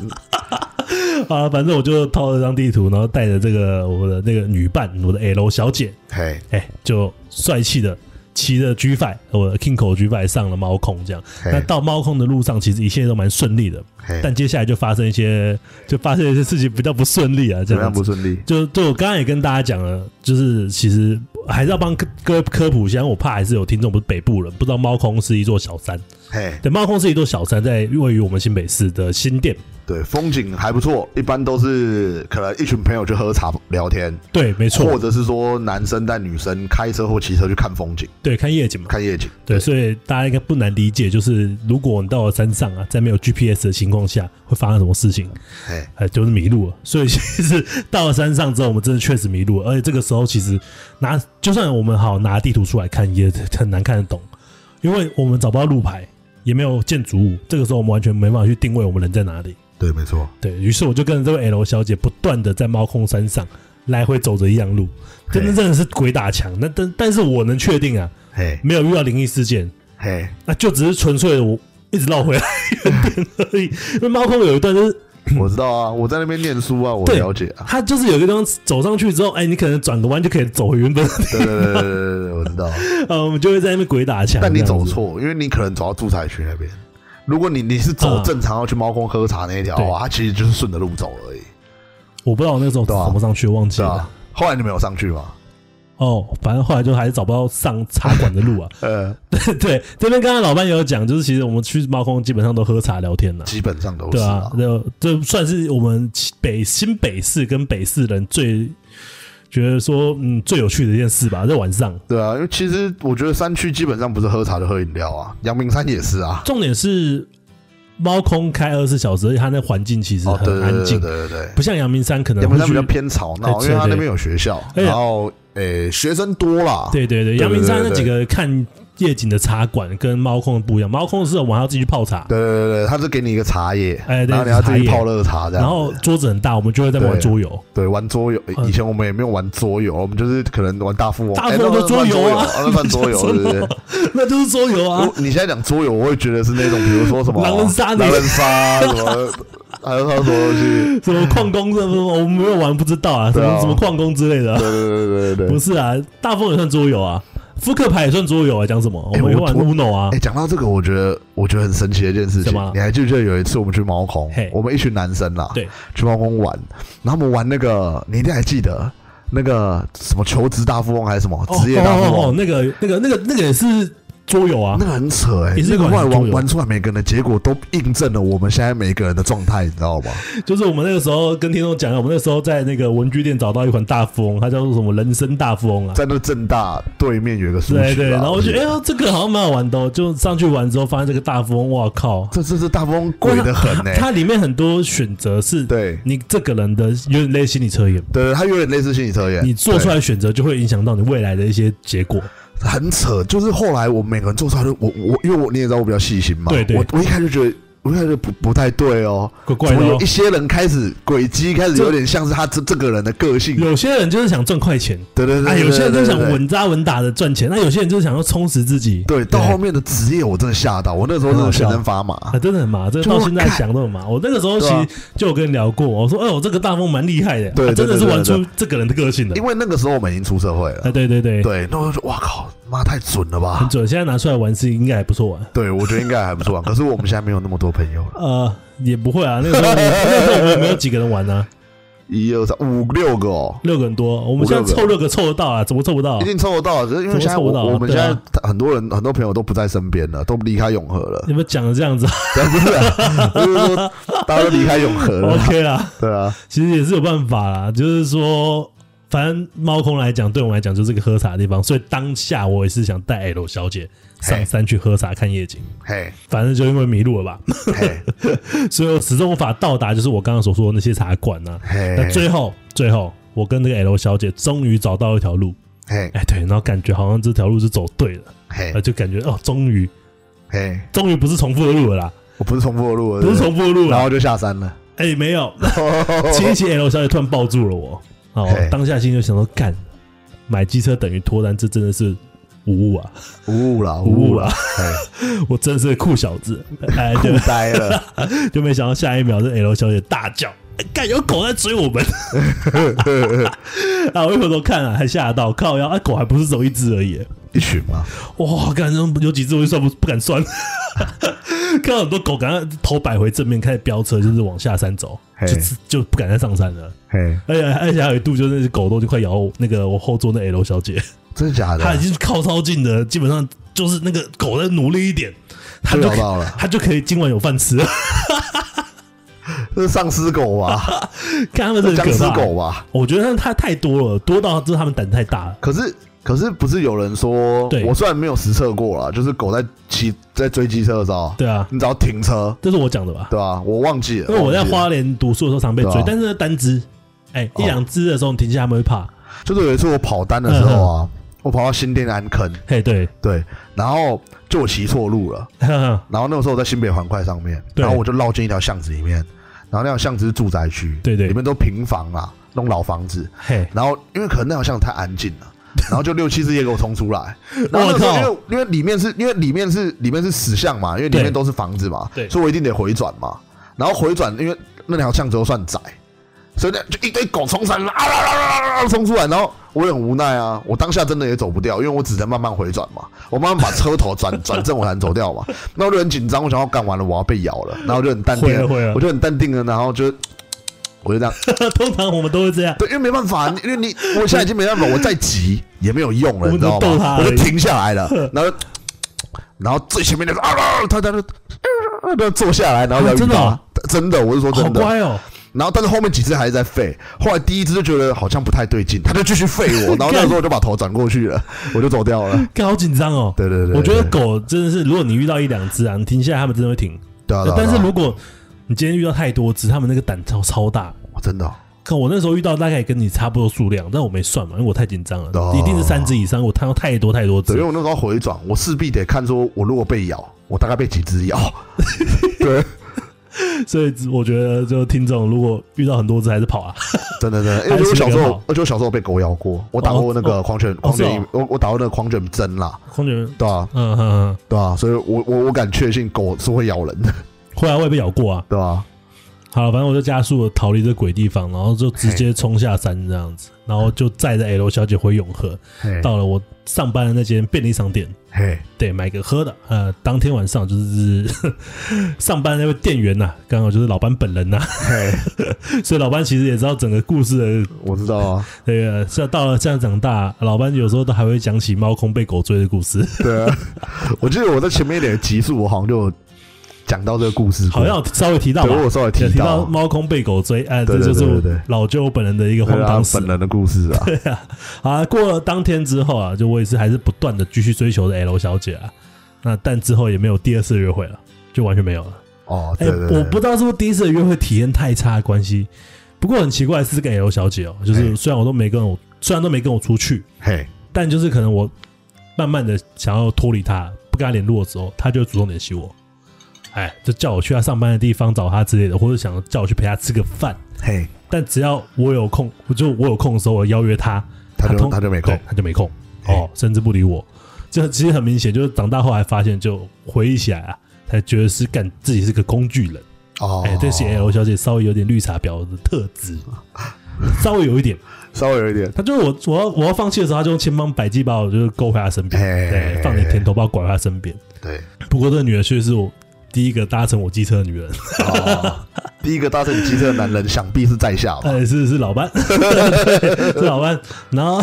S3: 啊，反正我就掏了张地图，然后带着这个我的那个女伴，我的 L 小姐，
S4: 嘿，
S3: 哎、就帅气的骑着 G Five，我的 King 口 G Five 上了猫空，这样。
S4: 嘿
S3: 那到猫空的路上，其实一切都蛮顺利的
S4: 嘿，
S3: 但接下来就发生一些，就发生一些事情比较不顺利啊，这
S4: 怎么
S3: 样
S4: 样
S3: 子
S4: 不。顺利？
S3: 就就我刚刚也跟大家讲了，就是其实还是要帮各各位科普一下，因为我怕还是有听众不是北部人，不知道猫空是一座小山。
S4: 嘿，
S3: 对，猫空是一座小山，在位于我们新北市的新店。
S4: 对，风景还不错，一般都是可能一群朋友去喝茶聊天，
S3: 对，没
S4: 或
S3: 错，
S4: 者是说男生带女生开车或骑车去看风景、
S3: 对，看夜景嘛。
S4: 看夜景。
S3: 对，所以大家应该不难理解，就是如果你到了山上啊，在没有 GPS 的情况下，会发生什么事情？
S4: 嘿，
S3: 呃，就是迷路了。所以其实到了山上之后，我们真的确实迷路了，而且这个时候其实拿就算我们好拿地图出来看，也很难看得懂，因为我们找不到路牌，也没有建筑物，这个时候我们完全没办法去定位我们人在哪里。
S4: 对，没错。
S3: 对于是，我就跟着这位 L 小姐不断的在猫空山上来回走着一样路，真的
S4: 嘿
S3: 真的是鬼打墙。那但但是我能确定啊，
S4: 嘿，
S3: 没有遇到灵异事件，
S4: 嘿，
S3: 那就只是纯粹我一直绕回来原点而已。因为猫空有一段就是
S4: 我知道啊，我在那边念书啊，我
S3: 嗯对
S4: 了解啊。
S3: 它就是有一个地方走上去之后，哎、你可能转个弯就可以走回原本的地
S4: 对对对对对对，我 知道。
S3: 方，呃我们就会在那边鬼打墙。
S4: 但你
S3: 这样
S4: 走
S3: 子，
S4: 错，因为你可能走到住宅区那边。如果你你是走
S3: 嗯
S4: 正常要去猫空喝茶那一条
S3: 对
S4: 啊，它其实就是顺着路走而已，
S3: 我不知道我那时候怎
S4: 对啊
S3: 么上去，忘记
S4: 对
S3: 了。
S4: 吧？后来你没有上去吗？
S3: 哦，反正后来就还是找不到上茶馆的路啊。
S4: 呃，
S3: 对，这边刚刚老班也有讲，就是其实我们去猫空基本上都喝茶聊天了。
S4: 基本上都是
S3: 对啊，那这算是我们北新北市跟北市人最觉得说嗯最有趣的一件事吧，在晚上。
S4: 对啊，因为其实我觉得山区基本上不是喝茶就喝饮料啊，阳明山也是啊。
S3: 重点是猫空开二十四小时，而且它那环境其实
S4: 哦，对
S3: 很
S4: 对
S3: 安
S4: 对
S3: 静
S4: 对，对对，
S3: 不像阳明山可能
S4: 阳
S3: 会
S4: 明山比较
S3: 去。
S4: 偏吵
S3: 哎
S4: 闹，因
S3: 对
S4: 为它
S3: 对
S4: 那边有学校，
S3: 哎呀
S4: 然后诶学生多啦。
S3: 对对对，
S4: 对
S3: 阳明山那
S4: 对对
S3: 几个看夜景的茶馆跟猫空的不一样，猫空的是晚上要自己去泡茶，
S4: 对对对对，他是给你一个茶叶，
S3: 哎对
S4: 然后你要自
S3: 茶叶
S4: 己泡热茶这样。
S3: 然后桌子很大，我们就会在玩
S4: 对
S3: 桌游。
S4: 对，玩桌游，
S3: 嗯
S4: 以前我们也没有玩桌游，我们就是可能玩大富翁，
S3: 大
S4: 哎
S3: 富翁
S4: 那
S3: 的
S4: 算
S3: 桌游
S4: 游
S3: 啊
S4: 哎那 算桌游，对不对？
S3: 那就是桌游啊
S4: 我！你现在讲桌游，我会觉得是那种，比如说什么
S3: 狼人杀那
S4: 狼人杀什么，还有还有什么东西？
S3: 什么矿工这我们没有玩不知道啊，什
S4: 对啊
S3: 么什么矿工之类的啊、
S4: 对对对对对
S3: 不
S4: 对。
S3: 是啊，大风也算桌游啊，扑克牌也算桌游啊，讲什么？我
S4: 哎
S3: 们也
S4: 我
S3: 玩
S4: 我
S3: Uno 啊
S4: 哎，，讲到这个，我觉得我觉得很神奇的一件事
S3: 什
S4: 情
S3: 么，
S4: 你还记不记得有一次我们去猫空
S3: 嘿，
S4: 我们一群男生啦，
S3: 对，
S4: 去猫空玩，然后我们玩那个，你一定还记得那个什么求职大富翁还是什么
S3: 哦
S4: 职业大富
S3: 哦哦哦
S4: 翁？
S3: 那个那个那个那个也是桌游啊
S4: 那，个很扯哎、
S3: 也是一个
S4: 那个后来
S3: 玩具
S4: 玩
S3: 游
S4: 玩出来每个人的结果都印证了我们现在每个人的状态，你知 道吗？
S3: 就是我们那个时候跟听众讲，我们那时候在那个文具店找到一款大富翁，它叫做什么人参大富翁啊。
S4: 在那正大对面有一个书局啊，
S3: 对对，然后我觉得哎
S4: 哎，
S3: 呀，这个好像蛮好玩的、哦，就上去玩之后发现这个大富翁，哇靠！
S4: 这这是大风鬼的很欸 呢、
S3: 它它里面很多选择是
S4: 对
S3: 你这个人的有点类似心理测验，
S4: 对，它有点类似心理测验，
S3: 你做出
S4: 对
S3: 来的选择就会影响到你未来的一些结果。
S4: 很扯。就是后来我每个人做出来都，我我因为我你也知道我比较细心嘛，
S3: 对对
S4: 我我一开始就觉得。我一开始就不不太对哦，
S3: 怪怪的哦
S4: 怎么有一些人开始轨迹开始有点像是他这这个人的个性，
S3: 有些人就是想赚快钱，
S4: 对对对，
S3: 啊，
S4: 对
S3: 有些人就是想，
S4: 对对对
S3: 稳扎稳打的赚钱，那有些人就是想要充实自己。
S4: 对，到后面的职业我真的吓到，我那时候真的全身发麻，
S3: 啊，真的很麻，这个
S4: 就
S3: 到
S4: 我
S3: 现在
S4: 看
S3: 想都很麻。我那个时候其
S4: 对啊
S3: 实就有跟你聊过，我说，哎呦，这个大风蛮厉害的，啊
S4: 对对
S3: 真的是
S4: 对对
S3: 玩
S4: 对
S3: 出这个人的个性的
S4: 因。为那个时候我们已经出社会了
S3: 哎，，对对对，
S4: 对，那我就说哇靠，妈太准了吧
S3: 很，准。现在拿出来玩是应该还不错玩。
S4: 对我觉得应该还不错啊，可是我们现在没有那么多朋友了，
S3: 呃，也不会啊，那个时 候我们那时候我们没有几个人玩呢，
S4: 一二三五六个哦，
S3: 六个人多，我们
S4: 五
S3: 现在
S4: 六个
S3: 凑六个凑得到啊，怎么凑不到啊
S4: 一？定凑得到，可是因为现在
S3: 怎么凑不
S4: 我
S3: 到啊
S4: 我们现
S3: 对啊
S4: 在很多人很多朋友都不在身边了，都离开永和了
S3: 你，们讲的这样子
S4: 不是啊， 就是说大家都离开永和了，
S3: ，OK 啦，
S4: 对啊，
S3: 其实也是有办法啦，就是说。反正猫空来讲，对我们来讲就是个喝茶的地方，所以当下我也是想带 L 小姐上
S4: 嘿
S3: 山去喝茶看夜景。
S4: 嘿
S3: 反正就因为迷路了吧，
S4: 嘿
S3: 所以我始终无法到达，就是我刚刚所说的那些茶馆呢、啊。那
S4: 嘿
S3: 最后，最后，我跟那个 L 小姐终于找到一条路，
S4: 嘿
S3: 哎，对，然后感觉好像这条路是走对了，呃，
S4: 嘿
S3: 就感觉哦，终于，
S4: 嘿，
S3: 终于不是重复的路了啦，
S4: 我不是重复的路了，
S3: 不是
S4: 对
S3: 重复的路啊
S4: 对然
S3: 了，
S4: 后就下山了，
S3: 哎，没 有，骑一骑 L 小姐突然抱住了我，哦
S4: 嘿，
S3: 当下心里就想说，干，买机车等于脱单，这真的是无误啊，
S4: 无误了，
S3: 无
S4: 无
S3: 误
S4: 误
S3: 啊
S4: 了，
S3: 我真是酷小子，哎，
S4: 嘿
S3: 对
S4: 酷，呆了。
S3: 就没想到下一秒这 L 小姐大叫：“哎干、有狗在追我们！” 啊，我一回头看啊，还吓到，靠腰，啊，狗还不是走一只而已，
S4: 一群嘛，
S3: 哇，干，有几只我就算不不敢算。 看到很多狗，赶快头摆回正面，开始飙车，就是往下山走，
S4: 嘿
S3: 就就不敢再上山了。哎
S4: 嘿，
S3: 而且而且还有一度，就是那只狗都就快咬我那个我后座那 L 小姐，
S4: 真的假的？
S3: 她已经靠超近的，基本上就是那个狗再努力一点，它
S4: 就
S3: 就
S4: 咬到了，
S3: 它就可以今晚有饭吃了。
S4: 这是丧尸狗 吧？
S3: 看他们真的
S4: 僵
S3: 很可
S4: 尸
S3: 怕
S4: 狗吧？
S3: 我觉得他太多了，多到就是他们胆太大了。
S4: 可是可是不是有人说
S3: 对，
S4: 我虽然没有实测过啦，就是狗在骑在追机车的时候，
S3: 对啊，
S4: 你只要停车，
S3: 这是我讲的吧？
S4: 对吧？我忘记了，
S3: 因为我在
S4: 忘记了
S3: 花莲读书的时候常被追
S4: 对啊，
S3: 但是那单只，哎，一
S4: 哦
S3: 两只的时候你停下他们会怕。
S4: 就是有一次我跑单的时候啊，
S3: 嗯
S4: 我跑到新店安坑，
S3: 嘿，对，
S4: 对，然后就我骑错路了，
S3: 呵呵
S4: 然后那个时候我在新北环快上面，
S3: 对
S4: 然后我就绕进一条巷子里面，然后那条巷子是住宅区，
S3: 对对
S4: 里面都平房啊，那种老房子，
S3: 嘿，
S4: 然后因为可能那条巷子太安静了。 然后就六七只野狗冲出来，然后
S3: 我
S4: 那时候因
S3: 靠，
S4: 为因为里面是因为里面是里面是死巷嘛，因为里
S3: 对
S4: 面都是房子嘛，
S3: 对
S4: 所以我一定得回转嘛。然后回转，因为那条巷子又算窄，所以那就一堆狗冲上来，啊啦啦啦啦啦冲出来，然后我也很无奈啊，我当下真的也走不掉，因为我只能慢慢回转嘛，我慢慢把车 头转转正，我才能走掉嘛。那我就很紧张，我想要干完了，我要被咬了，然后我就很淡
S3: 会
S4: 定
S3: 了会了，啊
S4: 我就很淡定了，然后就我就这样，
S3: 通常我们都会这样。
S4: 对，因为没办 法，因为你我现在已经没办法，我再急也没有用
S3: 我
S4: 了，
S3: 们
S4: 你知道
S3: 只能逗他
S4: 吗？我
S3: 而已
S4: 就停下来了， 然后然后最前面那个啊，啊他他就啊他坐下来，然后要
S3: 啊真的哦
S4: 真的，我是说
S3: 好
S4: 真的。
S3: 乖哦，
S4: 然后但是后面几只还是在吠，后来第一只就觉得好像不太对劲，他就继续吠 我，然后那时候我就把头转过去了，我就走掉了。
S3: 干好紧张哦。
S4: 对对对对
S3: 我觉得狗真的是，如果你遇到一两只啊，你停下来，他们真的会停。
S4: 对啊，对啊
S3: 但是
S4: 对啊
S3: 如果你今天遇到太多只，他们那个胆超超大。
S4: 哇真的哦
S3: 看我那时候遇到大概也跟你差不多数量，但我没算嘛，因为我太紧张了，
S4: 哦
S3: 一定是三只以上，我看到太多太多只
S4: 对，因。为我那时候要回转，我势必得看说，我如果被咬，我大概被几只 咬。对，
S3: 所以我觉得，就听众如果遇到很多只，还是跑啊。
S4: 真的真的，
S3: 还
S4: 而
S3: 是
S4: 且我小时
S3: 那个
S4: 候
S3: 好，哦
S4: 而且我小时候被狗咬过，我打过那个狂犬狂犬疫，我我打过那个狂犬针啦，
S3: 空姐，嗯
S4: 对啊，
S3: 嗯嗯，
S4: 对啊，所以我我我敢确信狗是会咬人的，
S3: 后来我也被咬过啊，
S4: 对啊，
S3: 好了，反正我就加速了逃离这鬼地方，然后就直接冲下山这样子，然后就载着 L 小姐回永和，
S4: 嘿
S3: 到了我上班的那间便利商店，
S4: 嘿，
S3: 对，买个喝的。呃，当天晚上就是 上班那位店员呐、刚好就是老班本人呐、
S4: 嘿，
S3: 所以老班其实也知道整个故事的
S4: 我知道啊，
S3: 那个，像到了这样长大，老班有时候都还会讲起猫空被狗追的故事，
S4: 对啊， 我记得我在前面一点的集数，我好像就有讲到这个故事过，
S3: 好像有稍微提到吧，
S4: 对我有稍微提
S3: 有提
S4: 到
S3: 到猫空被狗追，哎、
S4: 对
S3: 这
S4: 对
S3: 就是
S4: 对
S3: 我
S4: 对对
S3: 老舅本人的一个荒
S4: 对啊
S3: 唐，史
S4: 本。人的故事 啊，
S3: 好啊，过了当天之后啊，就我也是还是不断的继续追求着 L 小姐啊，那但之后也没有第二次约会了，就完全没有了。
S4: 哦，
S3: 哎、
S4: 对对
S3: 我
S4: 对，
S3: 不知道是不是第一次的约会体验太差的关系，不过很奇怪的是这个 L 小姐哦，就是
S4: 哎
S3: 虽然我都没跟我，虽然都没跟我出去，
S4: 嘿，
S3: 但就是可能我慢慢的想要脱离她，不跟她联络的时候，她就会主动联系我，哎，就叫我去她上班的地方找她之类的，或者想叫我去陪她吃个饭。
S4: 嘿，
S3: 但只要我有空，我就我有空的时候，我邀约她，
S4: 他就
S3: 通
S4: 他就没空
S3: 对，他就没空
S4: 哎
S3: 哦，甚至不理我。这其实很明显，就是长大后来发现，就回忆起来啊，才觉得是干自己是个工具人。
S4: 哦，
S3: 哎、对，是 L 小姐稍微有点绿茶婊的特 质，稍微有一点。
S4: 稍微有一点，
S3: 她就是我，我要我要放弃的时候，她就用千方百计把我就是勾回她身边，
S4: 哎
S3: 对，放点甜头把我拐回她身边。
S4: 对，
S3: 不过这个女人却是我第一个搭乘我机车的女人，
S4: 哦，第一个搭乘你机车的男人想必是在下吧？
S3: 哎，是是老班， 对是老班。然后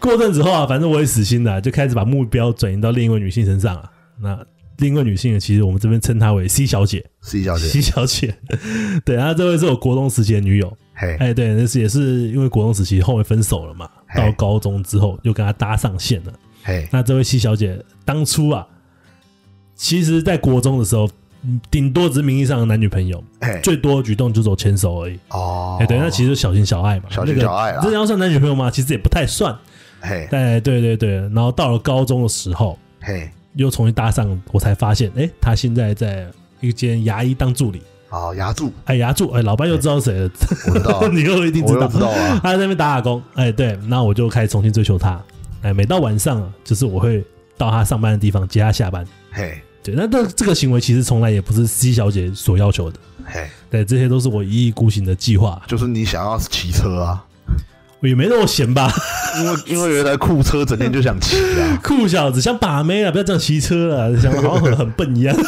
S3: 过阵子后啊，反正我也死心了，就开始把目标转移到另一位女性身上啊。那另一位女性呢，其实我们这边称她为 C 小姐
S4: C 小姐，
S3: ，C 小姐， 对，她这位是我国中时期的女友。
S4: 嘿，
S3: 哎，对，那是也是因为国中时期后面分手了嘛，
S4: 嘿
S3: 到高中之后又跟他搭上线了。
S4: 嘿，
S3: 那这位西小姐当初啊，其实在国中的时候，嗯顶多只是名义上的男女朋友，
S4: 嘿，
S3: 最多举动就走牵手而已。
S4: 哦
S3: 哎、，对，那其实就小情小爱嘛，
S4: 小情小爱啊
S3: 那个
S4: 啦
S3: 真的要算男女朋友吗？其实也不太算。
S4: 嘿，
S3: 哎，对对对，然后到了高中的时候，
S4: 嘿，
S3: 又重新搭上，我才发现，哎，她现在在一间牙医当助理。
S4: 哦，牙柱，
S3: 哎，牙柱，哎，老班又知道谁了，，
S4: 我知道
S3: 你又一定知
S4: 我
S3: 道
S4: 又，知道 啊，
S3: 他在那边打打工，哎，对，那我就开始重新追求他。哎，每到晚上啊，就是我会到他上班的地方接他下班。
S4: 嘿，
S3: 对，那这这个行为其实从来也不是 C 小姐所要求的，
S4: 嘿，
S3: 对，这些都是我一意孤行的计划，
S4: 就是你想要骑车啊，
S3: 我也没那么闲吧，
S4: 因 为因为原来酷车整天就想骑啊，
S3: 酷小子想把妹啊，不要这样骑车啊， 想得好像很很笨一样。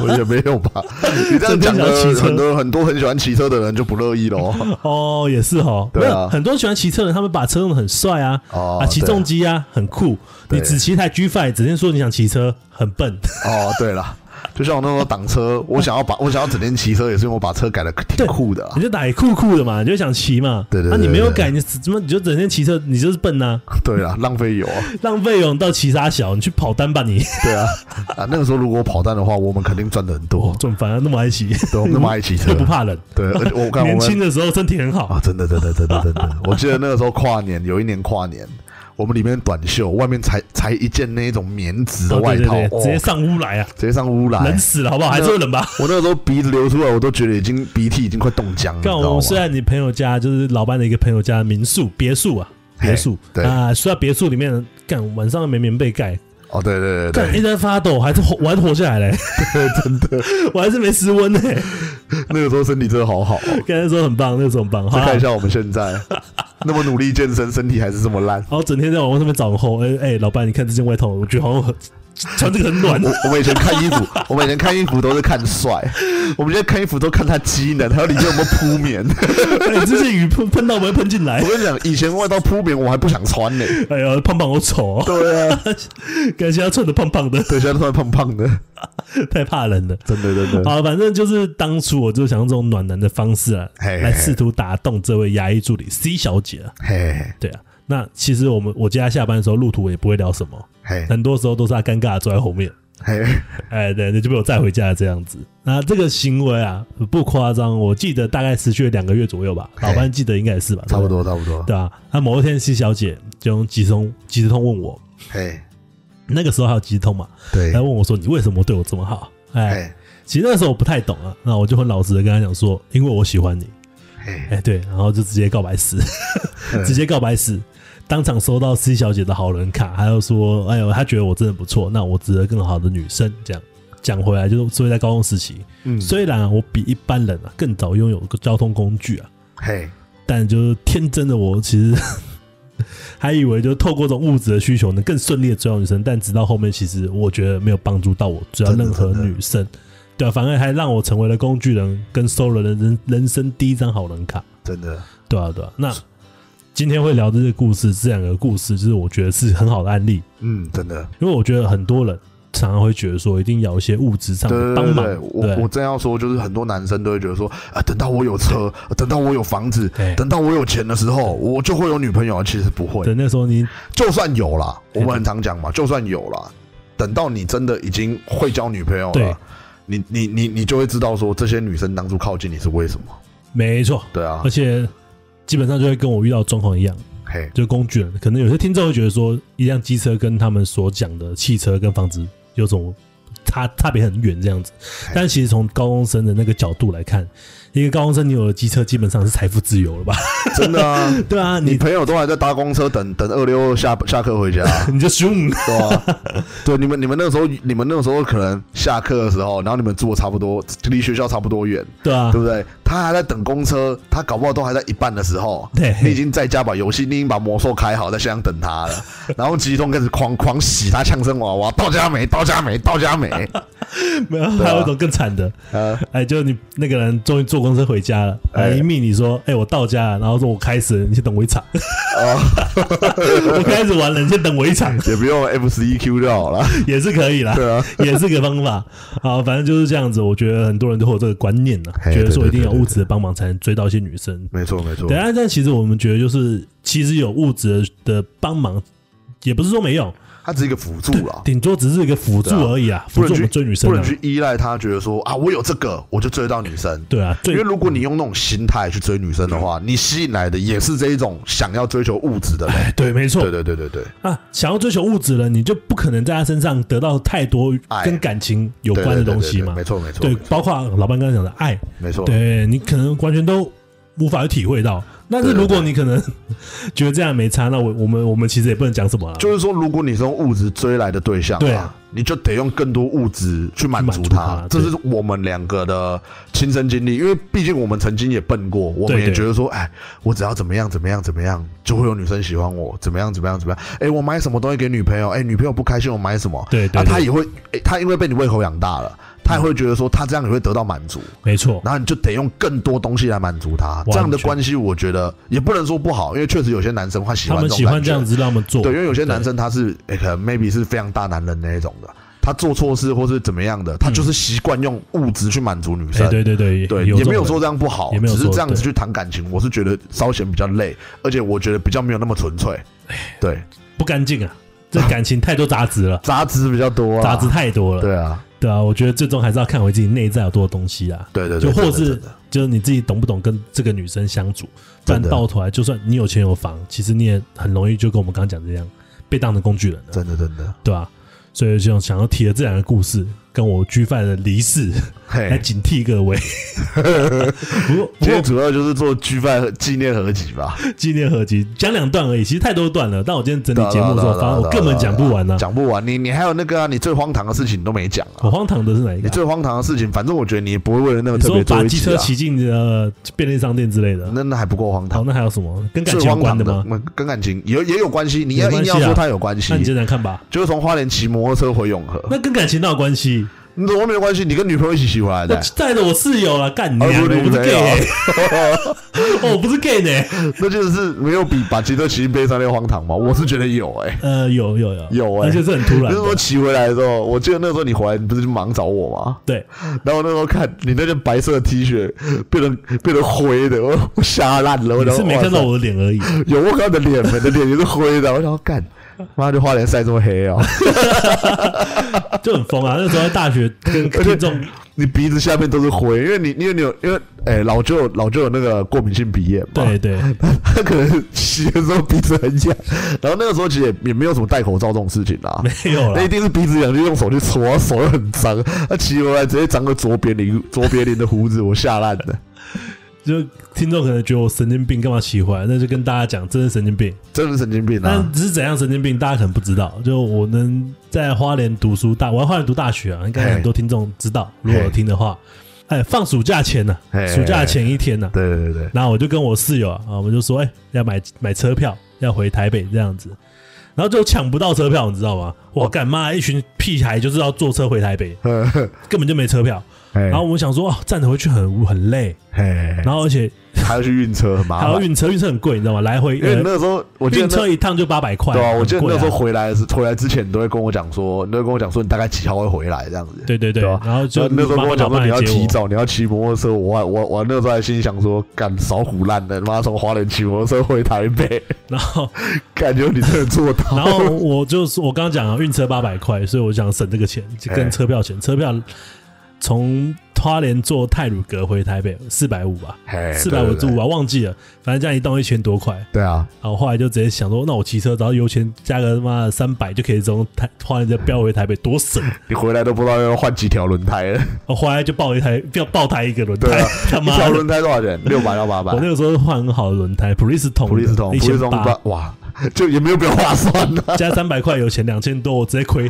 S4: 我也没有 吧？你这样讲
S3: 整
S4: 的
S3: 天想骑车
S4: 很多很多很喜欢骑车的人就不乐意 喽。
S3: 哦，也是哦，
S4: 对
S3: 没
S4: 啊
S3: 有很多喜欢骑车的人，他们把车弄得很帅啊，
S4: 哦
S3: 啊，骑
S4: 对啊
S3: 重机啊，很酷。你
S4: 对
S3: 只骑一台 G Five，整天说你想骑车，很 笨。
S4: 哦，对了，就像我那时候挡车，我想要把我想要整天骑车，也是因为我把车改的挺酷的啊、
S3: 你就打也酷酷的嘛，你就想骑嘛。
S4: 对对
S3: 那、
S4: 对
S3: 你没有
S4: 对对
S3: 改，你怎么你就整天骑车，你就是笨呐、
S4: 对啊，浪费油啊，
S3: 浪费哦，你到骑沙小，你去跑单吧你。
S4: 对啊，啊，那个时候如果我跑单的话，我们肯定赚的很
S3: 哦
S4: 多，，
S3: 这么烦啊，那么爱骑，
S4: 对，我 们那么爱骑车
S3: 又，不怕冷。
S4: 对，而且我看我
S3: 年轻
S4: 们
S3: 的时候身体很好，
S4: 啊，真的，真的，真的，真的，我记得那个时候跨年，有一年跨年，我们里面短袖，外面才才一件那种棉质的
S3: 哦
S4: 外
S3: 对对
S4: 套，
S3: 对，
S4: 哦
S3: 直接上屋来啊，
S4: 直接上屋来
S3: 冷，死了好不好？还是会冷吧？
S4: 我那个时候鼻子流出来，我都觉得已经鼻涕已经快冻僵了，你知
S3: 干，
S4: 道
S3: 我
S4: 吗
S3: 们？虽然你朋友家就是老班的一个朋友家的民宿别墅啊，别墅
S4: 嘿对
S3: 啊，虽然别墅里面干晚上没棉被盖，
S4: 哦，对对对
S3: 干一
S4: 对，
S3: 直在发抖，还是活我还是活下来嘞，
S4: 真的，
S3: 我还是没失温呢。哎
S4: 那个时候身体真的 好好哦。
S3: 刚才说很棒，那时候很棒，好
S4: 再
S3: 啊
S4: 看一下我们现在， 那么努力健身，身体还是这么烂。
S3: 然后整天在网络上面找红，哎、哎、老板，你看这件外套，我觉得好像很穿这个很 暖
S4: 我。我们以前看 衣服，我们以前看衣服都是看帅，我们现在看衣服都看他机能，还有里面有没有铺棉。
S3: 哎，这些雨喷喷到我们会喷进来
S4: 我。跟你讲，以前外套铺棉我还不想穿呢、
S3: 哎呀，胖胖好丑、哦，
S4: 对啊，
S3: 感谢他穿的胖胖的，
S4: 对，现在突然胖胖的，
S3: 太怕人了。
S4: 真的真的。
S3: 啊，反正就是当初我就想用这种暖男的方式啊，
S4: 嘿嘿嘿
S3: 来试图打动这位牙医助理 C 小姐啊。
S4: 嘿
S3: 对啊，那其实我们我接她下班的时候，路途我也不会聊什么，
S4: 嘿
S3: 很多时候都是她尴尬的坐在后面。
S4: 嘿，
S3: 哎，对，那就被我载回家这样子。那这个行为啊，不夸张，我记得大概持续了两个月左右吧。
S4: 嘿
S3: 老班记得应该也是吧，
S4: 差不多差不多。
S3: 对吧。对啊，那某一天，C 小姐就用即时通即时通问我，
S4: 嘿，
S3: 那个时候还有即时通嘛，
S4: 对
S3: 来，问我说你为什么对我这么好？哎，
S4: 嘿
S3: 其实那时候我不太懂啊，那我就很老实的跟她讲说，因为我喜欢你。
S4: 嘿，
S3: 哎，对，然后就直接告白死，
S4: 嗯
S3: 直接告白死。当场收到 C 小姐的好人卡，还有说，哎呦，她觉得我真的不错，那我值得更好的女生这样。讲回来，就是所以在高中时期，
S4: 嗯，
S3: 虽然啊我比一般人啊更早拥有个交通工具啊，
S4: 嘿，
S3: 但就是天真的我，其实 还以为就是透过这种物质的需求能更顺利的追到女生，但直到后面其实我觉得没有帮助到我追到任何
S4: 真的真的
S3: 女生，对啊，反而还让我成为了工具人，跟收了人人人生第一张好人卡，
S4: 真的，
S3: 对啊，对啊。那今天会聊这些故事，这两个故事就是我觉得是很好的案例，
S4: 嗯，真的，
S3: 因为我觉得很多人常常会觉得说一定要有一些物质上
S4: 对
S3: 的
S4: 对
S3: 帮
S4: 对
S3: 忙
S4: 对，，我我正要说，就是很多男生都会觉得说啊，等到我有车，啊等到我有房子
S3: 对，
S4: 等到我有钱的时候，我就会有女朋友。其实不会
S3: 对，，那时候你
S4: 就算有啦，我
S3: 对
S4: 们很常讲嘛，就算有啦，等到你真的已经会交女朋友
S3: 对
S4: 了，你你你你就会知道说这些女生当初靠近你是为什么。
S3: 没错，
S4: 对啊
S3: 而，且基本上就会跟我遇到的状况一样。
S4: 嘿，
S3: 就是工具人。可能有些听众会觉得说，一辆机车跟他们所讲的汽车跟房子有种差差别很远这样子。
S4: 哎
S3: 但其实从高中生的那个角度来看，一个高中生你有了机车，基本上是财富自由了吧？
S4: 真的啊，
S3: 对啊，
S4: 你
S3: 你
S4: 朋友都还在搭公车等等二六二下下课回家、啊
S3: 你就凶，
S4: 对吧、对，你们你们那个时候，你们那个时候可能下课的时候，然后你们住的差不多，离学校差不多远，
S3: 对啊
S4: 对，不对？他还在等公车，他搞不好都还在一半的时候，
S3: 对
S4: 你已经在家把游戏，你已经把魔兽开好，在现场等他 了，然后吉通开始狂狂洗他枪声娃娃，到家没？到家没？到 家没？
S3: 啊
S4: 啊
S3: 没有啊还有一种更惨的，
S4: 呃，
S3: 哎，就是你那个人终于坐公车回家了，
S4: 哎
S3: 哎，一命你说，哎，我到家了，然后说我开始了，你先等我一场， 我开始玩了，你先等我一场，
S4: 啊也不用 F 十一 Q 就好了，
S3: 也是可以啦，
S4: 对啊，
S3: 也是个方法。好，反正就是这样子。我觉得很多人都会有这个观念呢、
S4: 嘿
S3: 觉得说
S4: 对对
S3: 一定要
S4: 对对
S3: 物质的帮忙才能追到一些女生。
S4: 没错没错
S3: 等，下，但其实我们觉得就是，其实有物质的帮忙，也不是说没用，
S4: 他只是一个辅助啦。
S3: 顶多只是一个辅助
S4: 对啊
S3: 而已啊，
S4: 不
S3: 辅助
S4: 能
S3: 我
S4: 去
S3: 们追女生
S4: 不
S3: 啊
S4: 能。去依赖他，觉得说啊，我有这个我就追得到女生。
S3: 对嗯啊，
S4: 因
S3: 最
S4: 为如果你用那种心态去追女生的话，你吸引来的也是这一种想要追求物质的人。
S3: 哎对，没错
S4: 对对对对对
S3: 啊，想要追求物质了，你就不可能在他身上得到太多
S4: 哎
S3: 跟感情有
S4: 对
S3: 关的
S4: 对对
S3: 东
S4: 对
S3: 西
S4: 对
S3: 嘛。
S4: 没错没错，
S3: 对，包括老班刚刚讲的爱，
S4: 没错，
S3: 对你可能完全都无法去体会到。但是如果你可能 觉得这样没差，那我我们我们其实也不能讲什么了。
S4: 就是说，如果你是用物质追来的对象，
S3: 对啊，
S4: 你就得用更多物质去满足
S3: 去满足
S4: 他。
S3: 他
S4: 这是我们两个的亲身经历，因为毕竟我们曾经也笨过，我们
S3: 对
S4: 也
S3: 对
S4: 觉得说，哎，我只要怎么样怎么样怎么样，就会有女生喜欢我，怎么样怎么样怎么样。哎，我买什么东西给女朋友，哎，女朋友不开心，我买什么，
S3: 对对
S4: 啊，
S3: 对
S4: 她也会，哎，她因为被你胃口养大了，她也会觉得说，她这样也会得到满足。
S3: 没错，
S4: 然后你就得用更多东西来满足她。
S3: 全
S4: 这样的关系我觉得也不能说不好，因为确实有些男生他喜
S3: 他
S4: 欢这
S3: 们
S4: 种
S3: 喜欢
S4: 感
S3: 这
S4: 觉
S3: 样子让他们做。
S4: 对，因为有些男生他是、诶可能 maybe 是非常大男人那一种的，他做错事或是怎么样的，他就是习惯用物质去满足女
S3: 对，
S4: 生。
S3: 哎，对对嗯对
S4: 对
S3: 有
S4: 也没有
S3: 这种
S4: 说这样不好，
S3: 也没有
S4: 只
S3: 说
S4: 是这样子去谈感情，我是觉得稍显比较累，而且我觉得比较没有那么纯粹，对，
S3: 人不干净啊，这感情太多杂质 了，
S4: 杂质比较多啊，
S3: 杂质太多了。
S4: 对啊，
S3: 对啊，我觉得最终还是要看回自己内在有多少东西啊。
S4: 对对
S3: 就
S4: 对，
S3: 或
S4: 真的
S3: 是
S4: 真的
S3: 就是你自己懂不懂跟这个女生相处，不然
S4: 真的
S3: 到头来，就算你有钱有房，其实你也很容易就跟我们刚刚讲的一样，被当成工具人了。
S4: 真的真的，
S3: 对啊，所以就想要提的这两个故事，跟我居犯的离世，来
S4: 嘿，
S3: 警惕 各位。不过哎不
S4: 哎今
S3: 过
S4: 天主要就是做聚饭纪念合集吧，
S3: 纪念合集讲两段而已，其实太多段了。但我今天整
S4: 对啊
S3: 理节目的时候，
S4: 对啊对啊
S3: 发现我
S4: 对啊
S3: 根本讲不完呢、
S4: 讲不完，你你还有那个啊，你最荒唐的事情你都没讲
S3: 我
S4: 啊，
S3: 荒唐的是哪一
S4: 你
S3: 个？
S4: 最荒唐的事情，反正我觉得你也不会为了那个
S3: 你
S4: 特
S3: 说
S4: 别做
S3: 把
S4: 一
S3: 机
S4: 集
S3: 车
S4: 啊。
S3: 骑进呃便利商店之类的。
S4: 那那还不够荒
S3: 好，
S4: 唐，
S3: 那还有什么哦跟感
S4: 最
S3: 情有
S4: 荒
S3: 关
S4: 唐
S3: 的
S4: 的
S3: 吗？
S4: 嗯跟感情也也有关系。你要
S3: 有关
S4: 硬
S3: 系啊
S4: 要说它有关系嗯
S3: 那，你讲讲看吧。
S4: 就是从花莲骑摩托车回永和，
S3: 那跟感情哪有关系？
S4: 你怎么没有关系？你跟女朋友一起骑回来
S3: 我
S4: 的，欸
S3: 带着我室友了，干你
S4: 而
S3: 娘！
S4: 哦不
S3: 我
S4: 是女
S3: 不是
S4: 朋
S3: gay，、
S4: 友
S3: 欸、，哦我不是 gay 呢、
S4: 那就是没有比把骑车骑进悲伤那荒唐吗？我是觉得有哎，
S3: 呃，有有有
S4: 有欸
S3: 而且是很突
S4: 那
S3: 然
S4: 时候
S3: 的。
S4: 骑回来的时候，我记得那时候你回来，你不是就忙找我吗？
S3: 对，
S4: 然后那时候看你那件白色的 T 恤变成变成灰的，我我吓烂了。我
S3: 你
S4: 想
S3: 是
S4: 说
S3: 没
S4: 哇
S3: 看到
S4: 塞
S3: 我的脸 而已。
S4: 有我看到你的脸吗，你的脸也是灰的。我想说干，妈就花莲晒这 么黑哦。
S3: 就很疯啊！那时候在大学 跟
S4: 而且
S3: 听众，
S4: 你鼻子下面都是灰，因为你因为你有因为哎、老舅老舅有那个过敏性鼻炎嘛，
S3: 对，对，
S4: 他可能洗的时候鼻子很痒，然后那个时候其实也也没有什么戴口罩这种事情啦。
S3: 没有
S4: 那一
S3: 啦，
S4: 定是鼻子痒就用手去搓，手又很脏。他骑回来直接长个卓别林，卓别林的胡子，我吓烂了。
S3: 就听众可能觉得我神经病，干嘛喜欢？那就跟大家讲，真是神经病。
S4: 真是神经病啊
S3: 但！只是怎样神经病，大家可能不知道。就我能在花莲读书大，我在花莲读大学啊，应该
S4: 嘿
S3: 很多听众知道。如果有听的话，哎，放暑假前呢、
S4: 嘿
S3: 暑假前一天啊呢、
S4: 对对对
S3: 然后我就跟我室友啊，啊我们就说，哎，要买买车票，要回台北这样子，然后就抢不到车票，你知道吗？
S4: 哦
S3: 我干妈一群屁孩就是要坐车回台 北，
S4: 对，
S3: 根本就没车票。
S4: 然
S3: 然后我们想说，哦，站着回去很很累，然后而且
S4: 还要去运车，很麻
S3: 还要
S4: 烦。
S3: 运车，运车很贵，你知道吗？来回
S4: 因为
S3: 呃
S4: 哎那时候我记得
S3: 运
S4: 那
S3: 车一趟就八百块，
S4: 对啊，我
S3: 很
S4: 记得
S3: 贵
S4: 那时候
S3: 啊
S4: 回来是回来之前，你都会跟我讲说，你都会跟我讲说你大概几号会回来这样子。
S3: 对对对，
S4: 对啊
S3: 然后就
S4: 那时候跟我讲说
S3: 妈妈
S4: 你要
S3: 来接
S4: 提
S3: 我，
S4: 早，你要骑摩托车，我还我我那时候还心想说，干少虎烂的，妈从花莲骑摩托车回台北，
S3: 然后
S4: 感觉你真的做到。
S3: 然后我就说我刚刚讲啊运车八百块，所以我想省这个钱，就跟
S4: 哎
S3: 车票钱，车票从花莲坐泰鲁阁回台北四百五吧，
S4: 嘿
S3: 四百五至
S4: 对
S3: 五
S4: 对对
S3: 吧，忘记了，反正这样一动一千多块，
S4: 对啊，
S3: 然后后来就直接想说，那我骑车只要油钱加个他妈的三百就可以从台花莲再飙回台北，多 省！
S4: 你回来都不知道要换几条轮胎了。
S3: 我回来就爆一台，要爆胎一个轮
S4: 对
S3: 胎
S4: 啊，
S3: 他
S4: 一
S3: 妈
S4: 条
S3: 的！
S4: 轮胎多少钱？六百到八百
S3: 我。那个时候换很好的轮胎，普利司通的，
S4: 普利司通，
S3: 一
S4: 普利
S3: 千
S4: 司通
S3: 八
S4: 八，哇，就也没有比较划算啊的、
S3: 加三百块油钱两千多，我直接亏，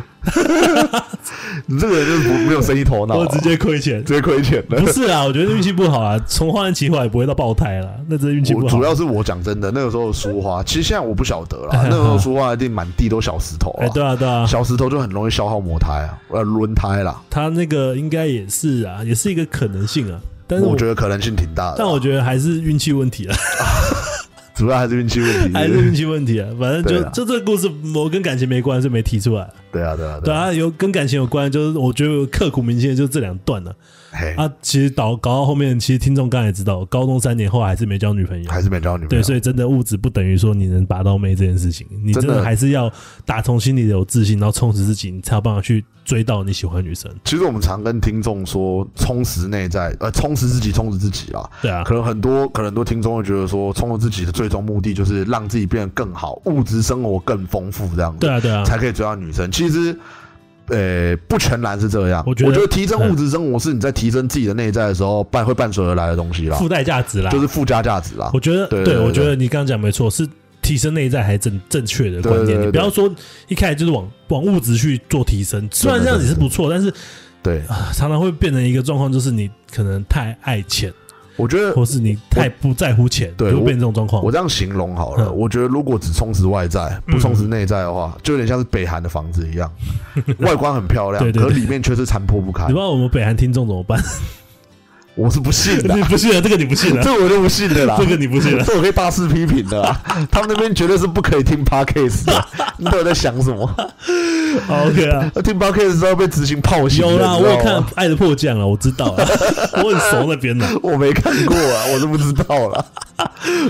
S4: 你这个人就是不没有生意头脑、啊
S3: 我直接亏钱。
S4: 直接亏钱了
S3: 不。是啊，我觉得运气不好啊，从花莲起火也不会到爆胎啦，那真的运气不好。
S4: 我主要是我讲真的，那个时候苏花，其实现在我不晓得 啦。那个时候苏花一定满地都小石头啊，
S3: 哎、对啊对啊，
S4: 小石头就很容易消耗磨胎啊，呃，轮胎啦。
S3: 他那个应该也是啊，也是一个可能性啊，但是
S4: 我
S3: 我
S4: 觉得可能性挺大的啊，
S3: 但我觉得还是运气问题 啊，
S4: 主要还是运气问题。
S3: 还是运气问题啊，反正就
S4: 对啊
S3: 就这个故事，我跟感情没关，所以没提出来。
S4: 对啊，对啊，
S3: 对
S4: 啊。
S3: 啊，有跟感情有关，就是我觉得刻骨铭心的就是这两段了
S4: 嘿，
S3: 啊。其实导搞到后面，其实听众刚才也知道，我高中三年后还是没交女朋友。
S4: 还是没交女朋
S3: 对，
S4: 友。
S3: 所以真的物质不等于说你能拔到妹这件事情，你真
S4: 啊真
S3: 的
S4: 的
S3: 还是要打从心里有自信，然后充实自己，你才有办法去追到你喜欢的女生。
S4: 其实我们常跟听众说，充实内在，呃，充实自己，充实自己啊。
S3: 对啊
S4: 可，能很多，可能很多听众会觉得说，充实自己的最终目的就是让自己变得更好，物质生活更丰富，这样子
S3: 对啊，对啊，
S4: 才可以追到女生。其实，呃，不全然是这样。
S3: 我
S4: 我
S3: 觉得
S4: 提升物质生活是你在提升自己的内在的时候，伴会伴随而来的东西啦，
S3: 附带价值啦。
S4: 就是附加价值啦
S3: 我。觉得，
S4: 对
S3: 对
S4: 对对
S3: 我觉得你刚刚讲没错，是提升内在还正正确的
S4: 对
S3: 观
S4: 对
S3: 念。
S4: 对
S3: 你不要说一开始就是往往物质去做提升，虽然这样子也是不错，但是
S4: 对，
S3: 啊常常会变成一个状况，就是你可能太爱钱，
S4: 我觉得
S3: 或是你太不在乎钱，
S4: 对
S3: 就会
S4: 我
S3: 变成这种状况
S4: 我。这样形容好了，
S3: 嗯
S4: 我觉得如果只充实外在，不充实内在的话，就有点像是北韩的房子一 样，外观很漂亮
S3: 对，对
S4: 可
S3: 对
S4: 里面却是残破不堪
S3: 你不。知道我们北韩听众怎么办？
S4: 我 是不信 的
S3: 你
S4: 啊，
S3: 不信 了，这个你不信了，
S4: 这我就不信的啦。
S3: 这个你不信了。
S4: 这我可以大肆批评的啊，他们那边绝对是不可以听 podcast 的。你到底在想什么？
S3: 好 OK 啊，
S4: 听 podcast 之后被执行炮刑的。
S3: 有啦，
S4: 你
S3: 我
S4: 知道
S3: 有
S4: 吗
S3: 看《爱的迫降》了，我知道了，我很熟那边的，
S4: 我没看过啊，我都不知道啦。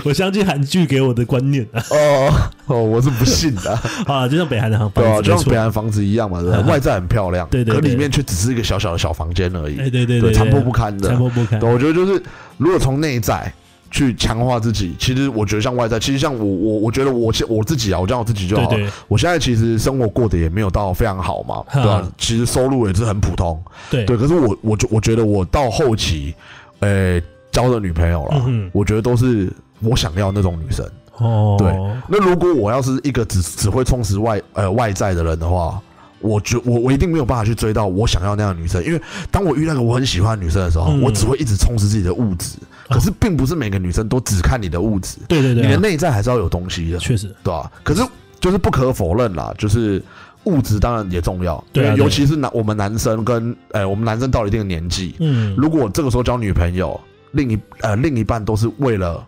S3: 我相信韩剧给我的观念啊，
S4: 哦哦，我是不信的 啊，
S3: 啊，就像北韩的航
S4: 对
S3: 班
S4: 啊，
S3: 子，没
S4: 就像
S3: 错
S4: 北，韩房子一样嘛，对吧
S3: 嗯？
S4: 外在很漂亮，
S3: 对对
S4: 可
S3: 对
S4: 里面却只是一个小小的小房间而已，
S3: 哎对对对
S4: 对，
S3: 对
S4: 残破不堪的，
S3: 残破不堪
S4: 对，我觉得就是如果从内在。去强化自己，其实我觉得像外在，其实像我我我觉得我现我自己啊，我讲我自己就好了。
S3: 对对
S4: 我现在其实生活过得也没有到非常好嘛，
S3: 哈
S4: 对吧、其实收入也是很普通，
S3: 对
S4: 对。可是我我就我觉得我到后期，呃，交的女朋友了，
S3: 嗯哼
S4: 我觉得都是我想要那种女生。
S3: 哦，
S4: 对，那如果我要是一个只只会充实外呃外在的人的话，我觉我我一定没有办法去追到我想要那样的女生，因为当我遇到一个我很喜欢的女生的时候，
S3: 嗯
S4: 我只会一直充实自己的物质。可是并不是每个女生都只看你的物质，
S3: 对对对
S4: 你
S3: 啊
S4: 的内在还是要有东西的，
S3: 确实，
S4: 对吧、可是就是不可否认啦，就是。物质当然也重要，
S3: 对啊
S4: 因为
S3: 对啊
S4: 尤其是男我们男生跟呃我们男生到了一定的年纪，
S3: 嗯，
S4: 如果这个时候交女朋友，另一呃另一半都是为了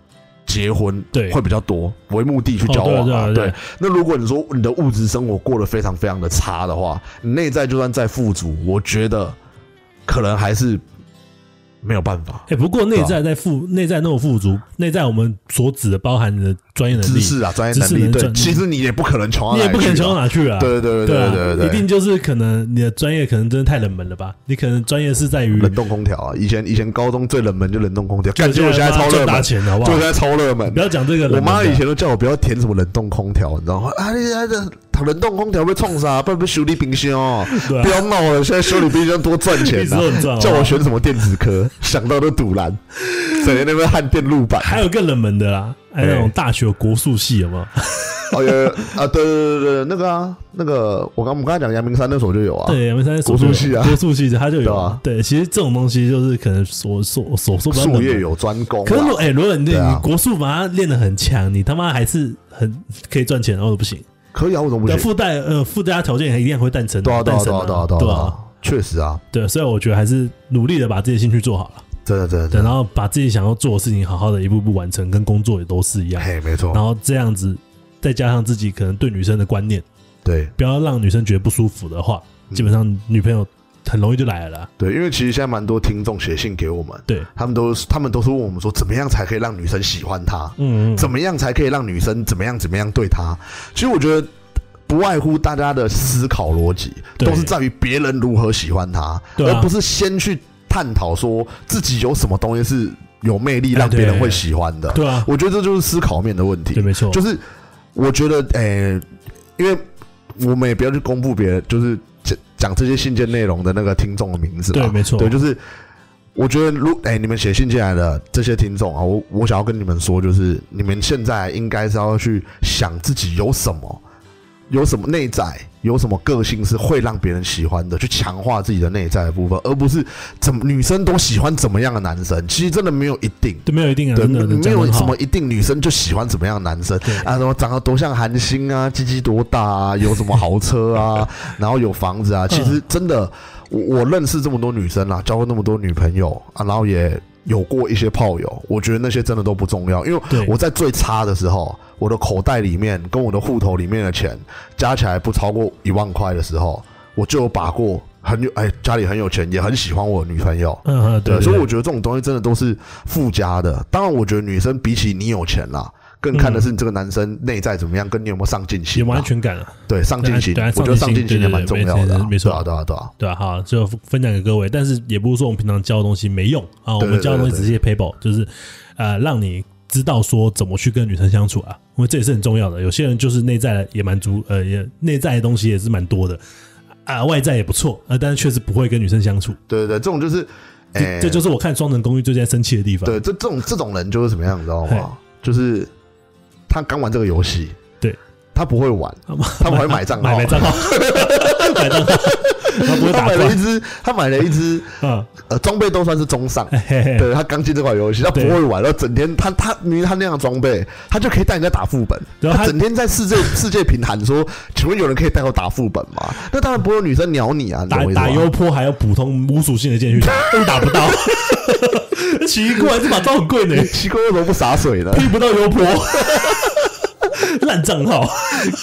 S4: 结婚，
S3: 对
S4: 会比较多为目的去交
S3: 哦
S4: 往
S3: 对啊
S4: 啊。
S3: 对啊对啊
S4: 那如果你说你的物质生活过得非常非常的差的话，你内在就算再富足，我觉得可能还是没有办法。
S3: 哎，不过
S4: 啊
S3: 内在在富，内在那么富足，内在我们所指的包含你的专业能
S4: 知
S3: 力，
S4: 识啊，专业
S3: 知识
S4: 能力，
S3: 能
S4: 对，
S3: 转
S4: 其实你也不可能穷到
S3: 你也
S4: 哪
S3: 不
S4: 里
S3: 可能
S4: 去
S3: 穷到
S4: 啊
S3: 哪去啊。
S4: 对对对
S3: 对啊
S4: 对对对，
S3: 一定就是可能你的专业可能真的太冷门了吧？你可能专业是在于
S4: 冷冻空调啊！以前以前高中最冷门就冷冻空调，
S3: 就
S4: 感觉我现在超热
S3: 赚大
S4: 门，
S3: 钱好不
S4: 就
S3: 好
S4: 现？在超热门
S3: 不。要讲这个冷
S4: 我
S3: 门的，
S4: 妈以前都叫我不要填什么冷冻空调，你知道吗？啊，你啊这冷冻空调被冲杀，不然被修理冰箱 哦。
S3: 对啊
S4: 不要闹了，现在修理冰箱多 赚
S3: 一
S4: 钱
S3: 直
S4: 呐、
S3: 都很赚。好不
S4: 叫
S3: 好
S4: 我选什么电子科，想到都 堵拦，整天那边焊电路板。
S3: 还有更冷门的啦，还有那种大学国术系有没有？
S4: 哎哦，有有啊，对对对对，那个啊，那个我刚我们刚才讲阳明山那所就有啊，
S3: 对，阳明山
S4: 国术系啊
S3: 国术系它就
S4: 对
S3: 有
S4: 啊。
S3: 对，其实这种东西就是可能所所所说不到冷
S4: 术
S3: 门
S4: 业有专攻啊。
S3: 可是如哎，如果你
S4: 对啊
S3: 你国术把它练得很强，你他妈还是很可以赚钱，然后不行。
S4: 可以啊，为什么不
S3: 对，
S4: 行？
S3: 附带呃附带条件也一定会诞生，
S4: 对啊，对
S3: 诞
S4: 啊，
S3: 生
S4: 对
S3: 啊
S4: 啊，对啊，对
S3: 对
S4: 啊对
S3: 啊
S4: 啊，确实啊，
S3: 对，所以我觉得还是努力的把自己的兴趣做好了，
S4: 真的，真的，
S3: 对，
S4: 真的
S3: 然后把自己想要做的事情好好的一步步完成，跟工作也都是一样，
S4: 嘿，没错，
S3: 然后这样子再加上自己可能对女生的观念，
S4: 对
S3: 不要让女生觉得不舒服的话，
S4: 嗯
S3: 基本上女朋友很容易就来了啦。
S4: 对，因为其实现在蛮多听众写信给我们，
S3: 对，
S4: 他们都是他们都是问我们说，怎么样才可以让女生喜欢他？
S3: 嗯，
S4: 怎么样才可以让女生怎么样怎么样对他？其实我觉得不外乎大家的思考逻辑
S3: 对
S4: 都是在于别人如何喜欢他，
S3: 对啊
S4: 而不是先去探讨说自己有什么东西是有魅力让别人会喜欢的。
S3: 哎对啊，
S4: 我觉得这就是思考面的问题
S3: 对，。没错，
S4: 就是我觉得，诶、因为我们也不要去公布别人，就是讲讲这些信件内容的那个听众的名字嘛。
S3: 对，没错，
S4: 对，就是我觉得如，哎、你们写信进来的这些听众啊，我我想要跟你们说，就是你们现在应该是要去想自己有什么，有什么内在，有什么个性是会让别人喜欢的，去强化自己的内在的部分，而不是怎么女生都喜欢怎么样的男生，其实真的没有一定。
S3: 对没有一定啊，
S4: 对，
S3: 真的
S4: 没
S3: 讲得
S4: 有
S3: 很
S4: 什
S3: 好
S4: 么一定女生就喜欢怎么样的男生
S3: 对
S4: 啊，什么长得多像韩星啊，鸡鸡多 大啊，有什么豪车啊，然后有房
S3: 嗯
S4: 子啊。其实真的，我我认识这么多女生啊啦，交过那么多女朋友啊，然后也有过一些炮友，我觉得那些真的都不重要，因为
S3: 对
S4: 我在最差的时候，我的口袋里面跟我的户头里面的钱加起来不超过一万块的时候，我就有把过很有哎家里很有钱，也很喜欢我的女朋友，
S3: 嗯嗯，
S4: 对，
S3: 对，
S4: 所以
S3: 对
S4: 我觉得这种东西真的都是附加的。当然，我觉得女生比起你有钱啦，更看的是你这个男生内在怎么样，跟你有没有上进
S3: 嗯有
S4: 心
S3: 没
S4: 啦。
S3: 有安全感啊，
S4: 对上进心
S3: 对啊，
S4: 我觉得上
S3: 上进心
S4: 进心也蛮
S3: 对
S4: 重
S3: 对对
S4: 要的啊，
S3: 没错
S4: 对啊，对啊，对啊，
S3: 对啊，好，就分享给各位，但是也不是说我们平常教的东西没用啊，我
S4: 对对
S3: 们教的东西
S4: 对
S3: 只是一些 paper，就是呃，让你知道说怎么去跟女生相处啊，因为这也是很重要的。有些人就是内在也蛮足，呃，也内在的东西也是蛮多的啊，外在也不错啊，但是确实不会跟女生相处，
S4: 对对对，这种就是，哎，
S3: 这就是我看《双城公寓》最近在生气的地方。
S4: 对这这种这种人就是怎么样，你知道
S3: 嘿
S4: 吗？就是他刚玩这个游戏，
S3: 对
S4: 他不会玩，他们还买账号
S3: 买买账 号，买账号，他不会
S4: 他
S3: 打
S4: 买了一
S3: 怪
S4: 只，他买了一只，
S3: 啊，
S4: 呃，装备都算是中上，
S3: 嘿嘿，
S4: 对他刚进这款游戏，他不会玩，然后整天他他明明他那样的装备，他就可以带人家打副本，
S3: 然后
S4: 他
S3: 他
S4: 整天在世界 世界平喊说，请问有人可以带我打副本吗？那当然不会有女生鸟你啊，你
S3: 打
S4: 懂我意思吗
S3: 打 优坡还有普通无属性的剑去打，都打不到， 奇怪，这把刀很贵呢。
S4: 奇怪为什么不洒 水呢？
S3: 配不到油泼，烂账号。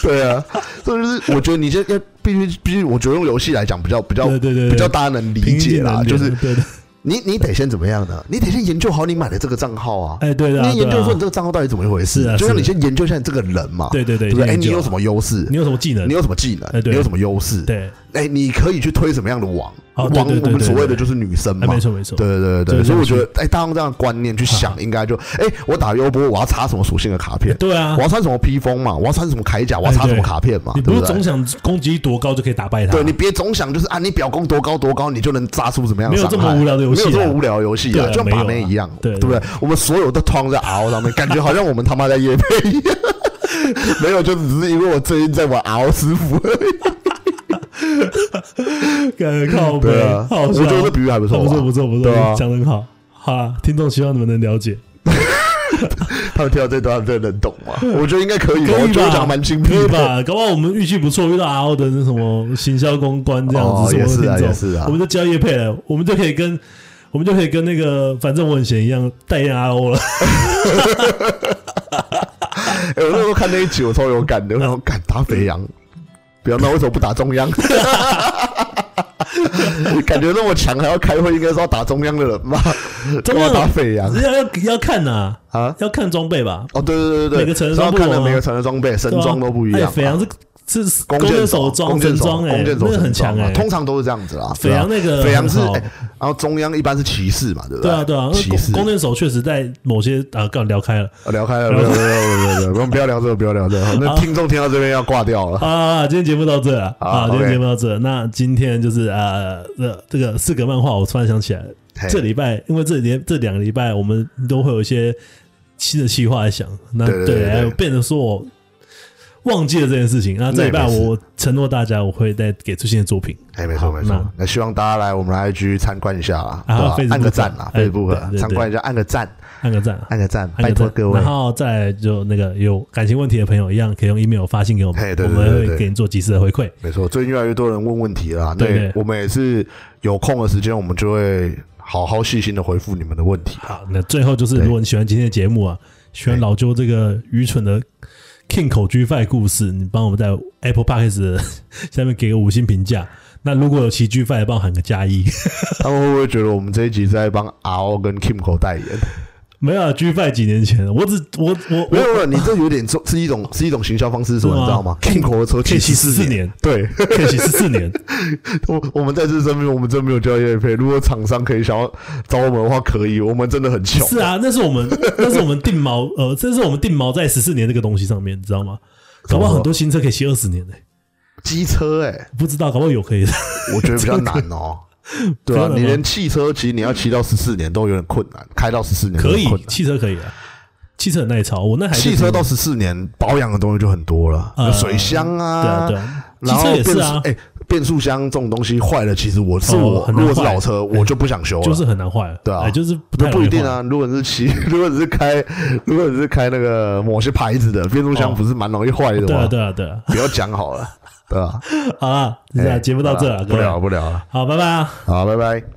S4: 对啊，所以就是我觉得你这要必须必须，我觉得用游戏来讲比较比较
S3: 对对对对
S4: 比较大家能理解啦，
S3: 平
S4: 就
S3: 易近
S4: 是
S3: 人对的，
S4: 你你得先怎么样呢？你得先研究好你买的这个账号啊，
S3: 哎对的啊，
S4: 你研
S3: 对
S4: 究
S3: 啊
S4: 说你这个账号到底怎么一回事，
S3: 是啊
S4: 就像
S3: 是
S4: 你先研究一下你这个人嘛，
S3: 对对对
S4: 对不对？
S3: 先
S4: 哎，
S3: 研
S4: 你
S3: 究
S4: 有什么优势
S3: 你？有什么技能
S4: 你？有什么技能？
S3: 哎对
S4: 你有什么优势？
S3: 对，
S4: 哎、你可以去推什么样的网？
S3: 哦对
S4: 网
S3: 对对
S4: 我们
S3: 对
S4: 所谓的
S3: 对
S4: 就是女生
S3: 哎
S4: 嘛。
S3: 没错没错，
S4: 对对对对
S3: 就是
S4: 对，所以我
S3: 这
S4: 觉
S3: 样
S4: 得，哎、大家用这样的观念去想，应该就，哎、我打优波，我要插什么属性的卡片？
S3: 对啊哎
S4: 我，要穿什么披风嘛？我要穿什么铠甲？我要插什么卡片嘛？
S3: 你不
S4: 对
S3: 是
S4: 不
S3: 总
S4: 对？
S3: 想攻击力多高就可以打败他？
S4: 对你别总想就是啊，你表功多高多高，你就能扎出怎么样的
S3: 没有
S4: 伤害？
S3: 这么无聊的游戏啊
S4: 没有这么无聊的游戏
S3: 对啊
S4: 就像
S3: 没有啊
S4: 把妹一样，
S3: 对
S4: 不对
S3: 对？
S4: 我们所有的框在 RO 上面，感觉好像我们他妈在夜配一样。 没有，就只是因为我最近在玩 RO 师傅而已。
S3: 对，呃靠背
S4: 对啊，，
S3: 好
S4: 我
S3: 笑
S4: 觉得这比喻还不错
S3: 不
S4: 吧，
S3: 错不错不错
S4: 对啊，
S3: 讲得很好。好啦，听众希望你们能了解，
S4: 他们听到这段，他们能懂 吗？我觉得应该可
S3: 嗯
S4: 以吧，
S3: 可
S4: 我
S3: 以
S4: 觉得我
S3: 吧？
S4: 讲蛮精辟
S3: 可以
S4: 的。
S3: 吧？搞不好我们运气不错，遇到 RO 的那什么行销公关这样
S4: 哦
S3: 子，什么
S4: 也是啊
S3: 听众，
S4: 也是啊
S3: 我们就交业配了，我们就可以跟我们就可以跟那个反正我很闲一样代言 RO 了。
S4: 哎，我那时候看那一集，我超有感
S3: 嗯
S4: 的，我想说敢打肥羊，不要闹，为什么不打 中央？感觉那么强，还要开会，应该是要打中央的人吧？
S3: 中央
S4: 干嘛打肥羊
S3: 要要要看呐、
S4: 啊？
S3: 要看装备吧，
S4: 哦，对对对对，
S3: 每个城市
S4: 然后
S3: 都不
S4: 看
S3: 同啊
S4: 了每个城的装备，身
S3: 对啊
S4: 装都不一样
S3: 哎
S4: 啊。
S3: 肥羊是是
S4: 弓箭
S3: 手
S4: 弓
S3: 装
S4: 箭
S3: 神
S4: 手，
S3: 装哎，
S4: 弓箭手
S3: 那个很
S4: 神装
S3: 强
S4: 嘛
S3: 哎。
S4: 通常都是这样子啦。啊
S3: 斐扬那个
S4: 肥羊是
S3: 很好
S4: 哎，然后中央一般是骑士嘛，对不
S3: 对啊
S4: 对
S3: 对啊，那
S4: 骑士
S3: 弓。弓箭手确实在某些啊，刚聊开了
S4: 聊开了，不要不要不要不要，不要聊这个，不要聊这个，那听众听到这边要挂掉了。
S3: 啊。今天节目到这了
S4: 好
S3: 啊，今天
S4: OK
S3: 节目到这。那今天就是呃，这这个四个漫画，我突然想起来了，
S4: 嘿
S3: 这礼拜因为这连这两个礼拜我们都会有一些新的计划在想，那
S4: 对对对对
S3: 哎我变成说我忘记了这件事情。那这礼拜
S4: 那也没事
S3: 我承诺大家，我会再给出新的作品。
S4: 哎，没错
S3: 好
S4: 没错，那希望大家来我们的 IG 参观一下啦，对
S3: 啊
S4: 吧
S3: Facebook
S4: 按个赞啦
S3: 哎
S4: ，Facebook 啊
S3: 对对
S4: 参观一下，按个赞，
S3: 按个赞啊，
S4: 按个赞，
S3: 按
S4: 哎拜
S3: 个
S4: 托
S3: 赞，
S4: 各位
S3: 然。后再来就那个有感情问题的朋友一样，可以用 email 发信给我
S4: 嘿
S3: 们，
S4: 对
S3: 我
S4: 对对对
S3: 们
S4: 对
S3: 会给你做及时的回馈。
S4: 没错，最近越来越多人问问题了啦，
S3: 对
S4: 那
S3: 对
S4: 我们也是有空的时间，我们就会好好细心的回复你们的问 题。
S3: 好，那最后就是，如果你喜欢今天的节目啊，喜欢老周这个愚蠢的 King 口居犯故事，你帮我们在 Apple Podcast 的下面给个五星评价。那如果有奇居犯，帮我喊个加一。
S4: 他们会不会觉得我们这一集是在帮 RO 跟 Kimco 代言？
S3: 没有啊居犯几年前了，我只我我
S4: 没有
S3: 我
S4: 没有，你这有点做是一种是一种行销方式，是什么
S3: 是吗
S4: 你知道吗？Kimco 的车
S3: 可以骑
S4: 四
S3: 14年，
S4: 对
S3: 可惜十四 年，
S4: 我我们在这上面我们真没有交业费，如果厂商可以想要找我们的话，可以，我们真的很穷。
S3: 是啊，那是我们那是我们定锚呃，这是我们定锚在十四年这个东西上面，你知道吗？搞不好很多新车可以骑二十年呢、
S4: 机车 哎、
S3: 不知道，搞不好有可以的。
S4: 我觉得比较难 哦。对啊
S3: 真，的吗
S4: 你连汽车其实你要骑到十四年都有点困难，开到十四年都
S3: 可
S4: 很
S3: 以
S4: 困，难。
S3: 汽车可以啊，汽车很耐操。我那台
S4: 汽车到十四年保养的东西就很多了，
S3: 呃
S4: 有水箱
S3: 对啊对啊，汽车也是啊
S4: 哎、，变速箱这种东西坏了，其实我是
S3: 哦
S4: 我、
S3: 很难
S4: 如果是
S3: 坏哎
S4: 老车，我就不想修了。
S3: 就是很难坏。
S4: 对啊
S3: 哎就是不
S4: 那
S3: 太
S4: 不
S3: 容易
S4: 一定
S3: 坏。
S4: 啊，如果你是骑， 如果你是开，如果你是开那个某些牌子的变速箱，
S3: 哦
S4: 不是蛮容易坏的吗？
S3: 对啊对啊对啊，啊
S4: 不要讲好了，对吧、
S3: 好了，
S4: 哎
S3: 那节目到这了，啊
S4: 不
S3: 各位
S4: 聊了，不聊了，
S3: 好，拜拜啊。
S4: 好，拜拜。